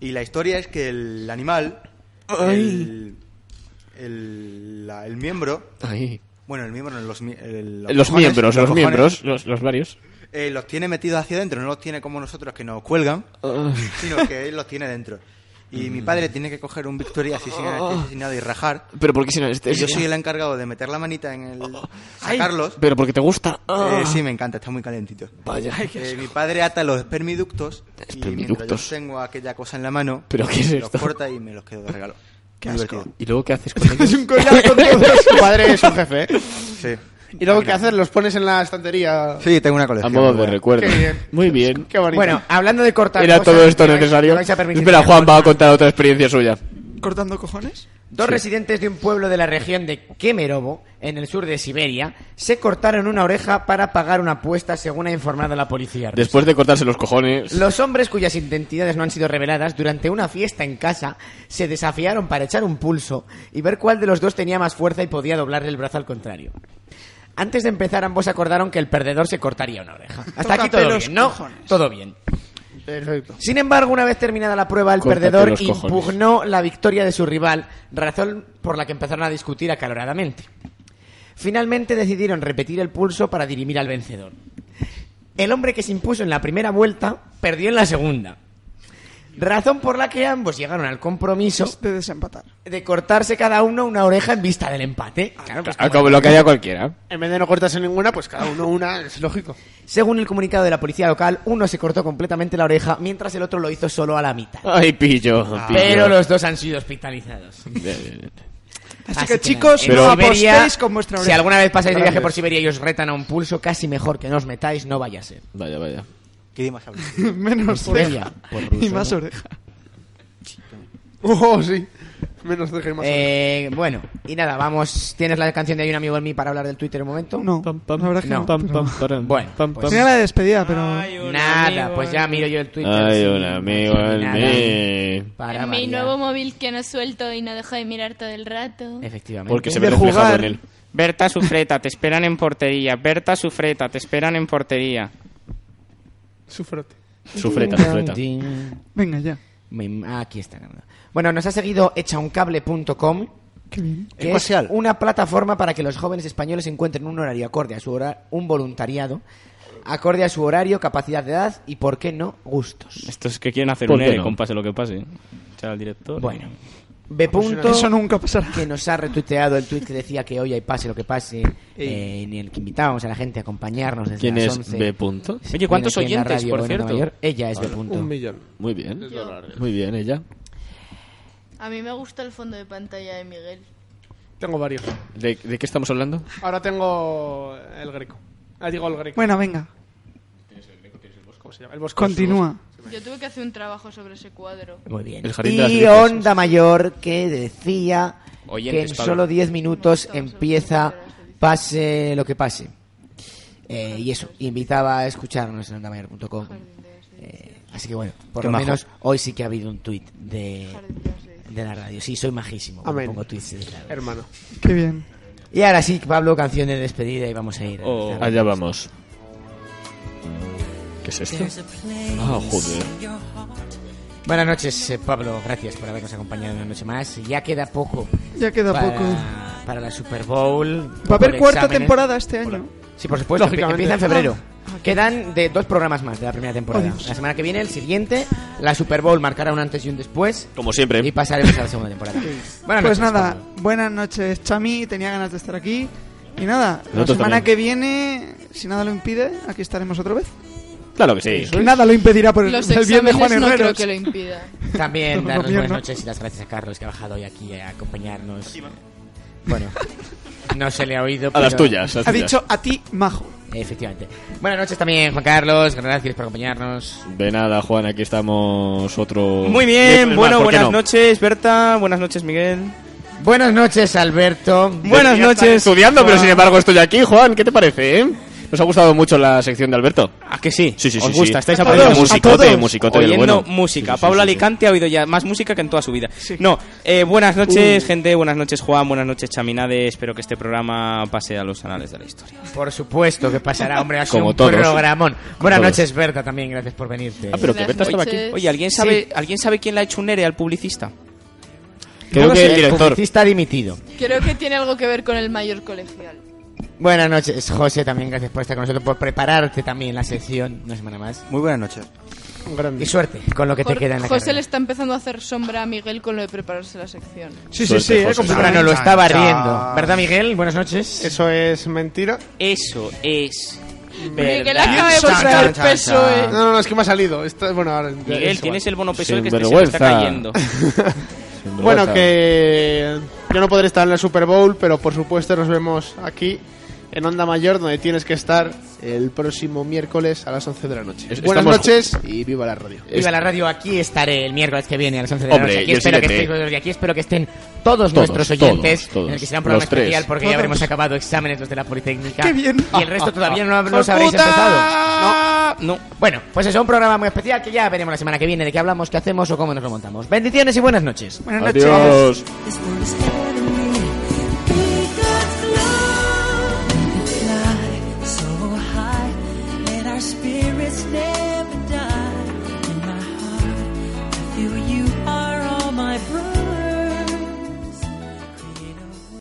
Speaker 12: Y la historia es que el animal. El, el, la- el miembro.
Speaker 9: Ahí.
Speaker 12: Bueno, el miembro, no, los, mi- el-
Speaker 9: Los,
Speaker 12: cojones,
Speaker 9: miembros, los,
Speaker 12: cojones,
Speaker 9: miembros, los, los varios.
Speaker 12: eh, los tiene metidos hacia adentro, no los tiene como nosotros que nos cuelgan, sino que él los tiene dentro. Y
Speaker 9: Mm.
Speaker 12: mi padre tiene que coger un Victoria asesinado, asesinado y rajar.
Speaker 15: Pero ¿por qué sin
Speaker 12: Y
Speaker 15: anestesia?
Speaker 12: yo soy el encargado de meter la manita en el... sacarlos.
Speaker 15: Pero porque te gusta. Ah,
Speaker 12: Eh, sí, me encanta, está muy calentito.
Speaker 15: Vaya. Ay, qué
Speaker 12: Eh,
Speaker 15: asco.
Speaker 12: mi padre ata los espermiductos, y mientras yo
Speaker 15: Espermiductos.
Speaker 12: tengo aquella cosa en la mano,
Speaker 15: ¿Pero qué es
Speaker 12: los
Speaker 15: esto?
Speaker 12: corta y me los quedo de regalo.
Speaker 15: Qué
Speaker 12: Muy
Speaker 15: asco.
Speaker 12: divertido.
Speaker 15: ¿Y luego qué haces con ellos?
Speaker 7: Tu padre es un jefe, ¿eh?
Speaker 12: Sí.
Speaker 7: ¿Y luego qué haces? ¿Los pones en la estantería?
Speaker 12: Sí, tengo una colección.
Speaker 9: A modo
Speaker 12: muy
Speaker 9: de
Speaker 12: buena.
Speaker 9: recuerdo.
Speaker 7: Qué bien.
Speaker 9: Muy bien.
Speaker 7: Qué bonito.
Speaker 3: Bueno, hablando de cortar
Speaker 9: ¿Era
Speaker 3: cosas,
Speaker 9: todo esto
Speaker 3: me vais-
Speaker 9: necesario?
Speaker 3: me vais a permitir
Speaker 9: Espera,
Speaker 3: que
Speaker 9: Juan va a contar otra experiencia suya.
Speaker 4: ¿Cortando cojones?
Speaker 3: Dos
Speaker 9: Sí.
Speaker 3: residentes de un pueblo de la región de Kemerovo, en el sur de Siberia, se cortaron una oreja para pagar una apuesta, según ha informado la policía. rusa.
Speaker 9: Después de cortarse los cojones.
Speaker 3: Los hombres cuyas identidades no han sido reveladas durante una fiesta en casa se desafiaron para echar un pulso y ver cuál de los dos tenía más fuerza y podía doblarle el brazo al contrario. Antes de empezar, ambos acordaron que el perdedor se cortaría una oreja. Hasta aquí todo
Speaker 4: Tócate
Speaker 3: bien,
Speaker 4: los
Speaker 3: ¿no?
Speaker 4: cojones.
Speaker 3: Todo bien.
Speaker 7: Perfecto.
Speaker 3: Sin embargo, una vez terminada la prueba, el
Speaker 9: Córtate
Speaker 3: perdedor
Speaker 9: los cojones.
Speaker 3: impugnó la victoria de su rival, razón por la que empezaron a discutir acaloradamente. Finalmente decidieron repetir el pulso para dirimir al vencedor. El hombre que se impuso en la primera vuelta perdió en la segunda. Razón por la que ambos llegaron al compromiso
Speaker 4: de desempatar.
Speaker 3: De cortarse cada uno una oreja en vista del empate. Claro, pues como-
Speaker 9: Como lo que haya cualquiera.
Speaker 7: En vez de no cortarse ninguna, pues cada uno una, es lógico.
Speaker 3: Según el comunicado de la policía local, uno se cortó completamente la oreja mientras el otro lo hizo solo a la mitad.
Speaker 9: Ay, pillo. pillo.
Speaker 3: Ah. Pero los dos han sido hospitalizados.
Speaker 9: Bien, bien, bien.
Speaker 4: Así que, chicos,
Speaker 3: en
Speaker 4: no
Speaker 3: Siberia,
Speaker 4: apostéis con vuestra
Speaker 3: Si
Speaker 4: oreja.
Speaker 3: alguna vez pasáis de viaje por
Speaker 4: Gracias.
Speaker 3: Siberia y os retan a un pulso, casi mejor que no os metáis, no eh. vaya a ser.
Speaker 9: Vaya, vaya.
Speaker 12: ¿Qué idiomas hablas?
Speaker 4: Menos
Speaker 3: Siberia,
Speaker 4: oreja.
Speaker 3: por
Speaker 4: Y
Speaker 3: ruso,
Speaker 4: más
Speaker 3: ¿no?
Speaker 4: oreja.
Speaker 7: Oh, sí. Menos de que
Speaker 4: Pues
Speaker 7: más.
Speaker 3: Eh, bueno, y nada, vamos. ¿Tienes la canción de Hay un amigo en mí para hablar del Twitter un momento?
Speaker 4: No, la verdad es que no.
Speaker 3: Bueno, pues-
Speaker 4: Tenía la de despedida, pero...
Speaker 3: Nada, pues ya miro yo el Twitter.
Speaker 9: Hay
Speaker 3: sí.
Speaker 9: un amigo en
Speaker 3: Nada.
Speaker 9: mí.
Speaker 3: Para
Speaker 5: en mi
Speaker 3: variar.
Speaker 5: nuevo móvil que no suelto y no dejo de mirar todo el rato.
Speaker 3: Efectivamente.
Speaker 9: Porque se ve reflejado en él.
Speaker 16: Berta Sufreta, te esperan en portería. Berta Sufreta, te esperan en portería.
Speaker 7: Sufrote.
Speaker 9: Sufreta, sufreta.
Speaker 4: Venga, ya.
Speaker 3: Me- Aquí está. Bueno, nos ha seguido echauncable.com. Que es
Speaker 12: Espacial.
Speaker 3: una plataforma para que los jóvenes españoles encuentren un horario acorde a su hora, un voluntariado, acorde a su horario, capacidad de edad y, por qué no, gustos.
Speaker 6: Estos que quieren hacer
Speaker 9: ¿Por
Speaker 6: un
Speaker 9: qué
Speaker 6: ERE,
Speaker 9: no?
Speaker 6: con pase lo que pase. Echar al director.
Speaker 3: Bueno. B. Punto,
Speaker 4: Eso nunca pasará.
Speaker 3: Que nos ha retuiteado el tweet que decía que hoy hay pase lo que pase, eh, en el que invitábamos a la gente a acompañarnos desde
Speaker 9: ¿Quién
Speaker 3: las
Speaker 9: es
Speaker 3: 11.
Speaker 9: B. punto?
Speaker 3: Sí,
Speaker 6: Oye, ¿cuántos
Speaker 3: viene aquí en la
Speaker 6: oyentes,
Speaker 3: radio
Speaker 6: por
Speaker 3: Bueno,
Speaker 6: cierto?
Speaker 3: Nueva York. Ella es B. Punto.
Speaker 7: Un millón.
Speaker 9: Muy bien.
Speaker 7: Es dólares.
Speaker 9: Muy bien, ella.
Speaker 5: A mí me gusta el fondo de pantalla de Miguel.
Speaker 7: Tengo varios.
Speaker 9: ¿De, de qué estamos hablando?
Speaker 7: Ahora tengo el greco. Ah, digo el greco.
Speaker 4: Bueno, venga.
Speaker 7: ¿Cómo se llama? El bosco.
Speaker 4: Continúa.
Speaker 5: Yo tuve que hacer un trabajo sobre ese cuadro.
Speaker 3: Muy bien.
Speaker 9: El jardín de las
Speaker 3: Y
Speaker 9: delicias.
Speaker 3: Onda Mayor que decía que
Speaker 9: Oyentes,
Speaker 3: en
Speaker 9: Pablo.
Speaker 3: solo 10 minutos empieza pase lo que pase. Eh, y eso, y invitaba a escucharnos en ondamayor.com. Eh, así que bueno, por
Speaker 12: Qué
Speaker 3: lo
Speaker 12: majo.
Speaker 3: menos hoy sí que ha habido un tuit de, de la radio. Sí, soy majísimo. cuando
Speaker 7: Amén.
Speaker 3: Pongo tuits de la radio.
Speaker 7: Hermano.
Speaker 4: Qué bien.
Speaker 3: Y ahora sí, Pablo, canción de despedida y vamos a ir.
Speaker 9: Oh, allá vamos. ¿Qué es esto? Ah, joder.
Speaker 3: Buenas noches, eh, Pablo. Gracias por habernos acompañado una noche más. Ya queda poco.
Speaker 4: Ya queda
Speaker 3: para-
Speaker 4: poco.
Speaker 3: Para la Super Bowl.
Speaker 4: Va a haber
Speaker 3: Por
Speaker 4: cuarta
Speaker 3: exámenes.
Speaker 4: temporada este año.
Speaker 3: Sí, por supuesto. empie-
Speaker 4: Lógicamente.
Speaker 3: Empieza en febrero.
Speaker 4: Ah, ok.
Speaker 3: Quedan de dos programas más de la primera temporada. la semana que viene, el siguiente, la Super Bowl marcará un antes y un después.
Speaker 9: Como siempre.
Speaker 3: Y pasaremos a la segunda temporada. Buenas
Speaker 4: pues
Speaker 3: noches,
Speaker 4: nada,
Speaker 3: Pablo.
Speaker 4: buenas noches, Chami. Tenía ganas de estar aquí. Y nada, la
Speaker 9: Nosotros
Speaker 4: semana
Speaker 9: también.
Speaker 4: que viene, si nada lo impide, aquí estaremos otra vez.
Speaker 9: Claro que sí.
Speaker 4: Que nada lo impedirá por el,
Speaker 5: Los
Speaker 4: el bien de
Speaker 5: exámenes
Speaker 4: Juan
Speaker 5: no creo
Speaker 4: Herreros.
Speaker 5: que lo impida.
Speaker 3: También
Speaker 4: No,
Speaker 3: daros
Speaker 4: no, mío,
Speaker 3: buenas
Speaker 4: no.
Speaker 3: noches y las gracias a Carlos que ha bajado hoy aquí a acompañarnos. Bueno, no se le ha oído.
Speaker 9: A las
Speaker 3: pero-
Speaker 9: tuyas, a las
Speaker 4: Ha dicho a ti, majo.
Speaker 3: Efectivamente. Buenas noches también, Juan Carlos. Gracias por acompañarnos.
Speaker 9: De nada, Juan, aquí estamos otro...
Speaker 6: Muy
Speaker 9: Miércoles
Speaker 6: bien,
Speaker 9: más,
Speaker 6: bueno,
Speaker 9: ¿por qué
Speaker 6: buenas
Speaker 9: no?
Speaker 6: noches, Berta. Buenas noches, Miguel.
Speaker 3: Buenas noches, Alberto.
Speaker 9: Debería
Speaker 6: Buenas
Speaker 9: estar
Speaker 6: noches. Ah.
Speaker 9: estudiando, pero sin embargo estoy aquí, Juan. ¿Qué te parece, eh? Nos ha gustado mucho la sección de Alberto.
Speaker 6: ¿A Ah, que sí?
Speaker 9: Sí, sí, sí.
Speaker 6: ¿Os gusta? ¿Estáis
Speaker 9: aprendiendo
Speaker 6: aprendiendo
Speaker 9: musicote, musicote del
Speaker 6: Oyendo
Speaker 9: bueno.
Speaker 6: música.
Speaker 9: Sí, sí,
Speaker 6: Pablo
Speaker 9: sí, sí.
Speaker 6: Alicante ha oído ya más música que en toda su vida. No, eh, buenas noches, gente. Buenas noches, Juan. Buenas noches, Chaminade. Espero que este programa pase a los anales de la historia.
Speaker 3: Por supuesto que pasará, hombre, ha sido
Speaker 9: Como
Speaker 3: un
Speaker 9: todos.
Speaker 3: programón. Buenas
Speaker 9: todos.
Speaker 3: noches, Berta, también, gracias por venirte.
Speaker 9: Ah, pero que Berta estaba aquí.
Speaker 6: Oye, ¿alguien
Speaker 3: Sí.
Speaker 6: sabe, ¿alguien sabe quién le ha hecho un ERE al publicista?
Speaker 9: Creo
Speaker 3: No
Speaker 9: que
Speaker 3: sé,
Speaker 9: el director.
Speaker 3: publicista dimitido.
Speaker 5: Creo que tiene algo que ver con el mayor colegial.
Speaker 3: Buenas noches, José, también gracias por estar con nosotros, por prepararte también la sección una semana más.
Speaker 12: Muy buenas noches.
Speaker 3: Y suerte con lo que te
Speaker 5: Jor-
Speaker 3: queda en la
Speaker 5: José
Speaker 3: carrera.
Speaker 5: le está empezando a hacer sombra a Miguel con lo de prepararse la sección.
Speaker 3: Sí, sí, sí, eh, completamente. Ahora no lo estaba riendo. ¿Verdad, Miguel? Buenas noches.
Speaker 7: ¿Eso es mentira?
Speaker 16: Eso es.
Speaker 5: Miguel acaba de mostrar el PSOE.
Speaker 7: No, no, no, es que me ha salido. Está- bueno, ahora,
Speaker 16: Miguel,
Speaker 7: es igual.
Speaker 16: tienes el bono PSOE que este se te está cayendo.
Speaker 7: Bueno, que yo no podré estar en la Super Bowl, pero por supuesto nos vemos aquí en Onda Mayor, donde tienes que estar el próximo miércoles a las 11 de la noche.
Speaker 3: Es-
Speaker 7: Buenas
Speaker 3: estamos-
Speaker 7: noches y viva la radio.
Speaker 3: Viva la radio, aquí estaré el miércoles que viene a las 11 de la
Speaker 7: Hombre,
Speaker 3: noche. Aquí
Speaker 7: y el
Speaker 3: espero, que
Speaker 7: siguiente.
Speaker 3: estéis vosotros y aquí espero que estén todos,
Speaker 7: Todos,
Speaker 3: nuestros oyentes,
Speaker 7: todos, todos.
Speaker 3: en el que será un programa
Speaker 7: Los tres.
Speaker 3: especial porque ya
Speaker 7: Todos.
Speaker 3: habremos acabado exámenes los de la Politécnica.
Speaker 7: ¡Qué bien!
Speaker 3: Y el resto todavía no los
Speaker 7: ¡Joder,
Speaker 3: habréis
Speaker 7: puta!
Speaker 3: empezado. No. Bueno, pues eso, un programa muy especial que ya veremos la semana que viene de qué hablamos, qué hacemos o cómo nos lo montamos. Bendiciones y buenas noches.
Speaker 11: Buenas noches. Adiós.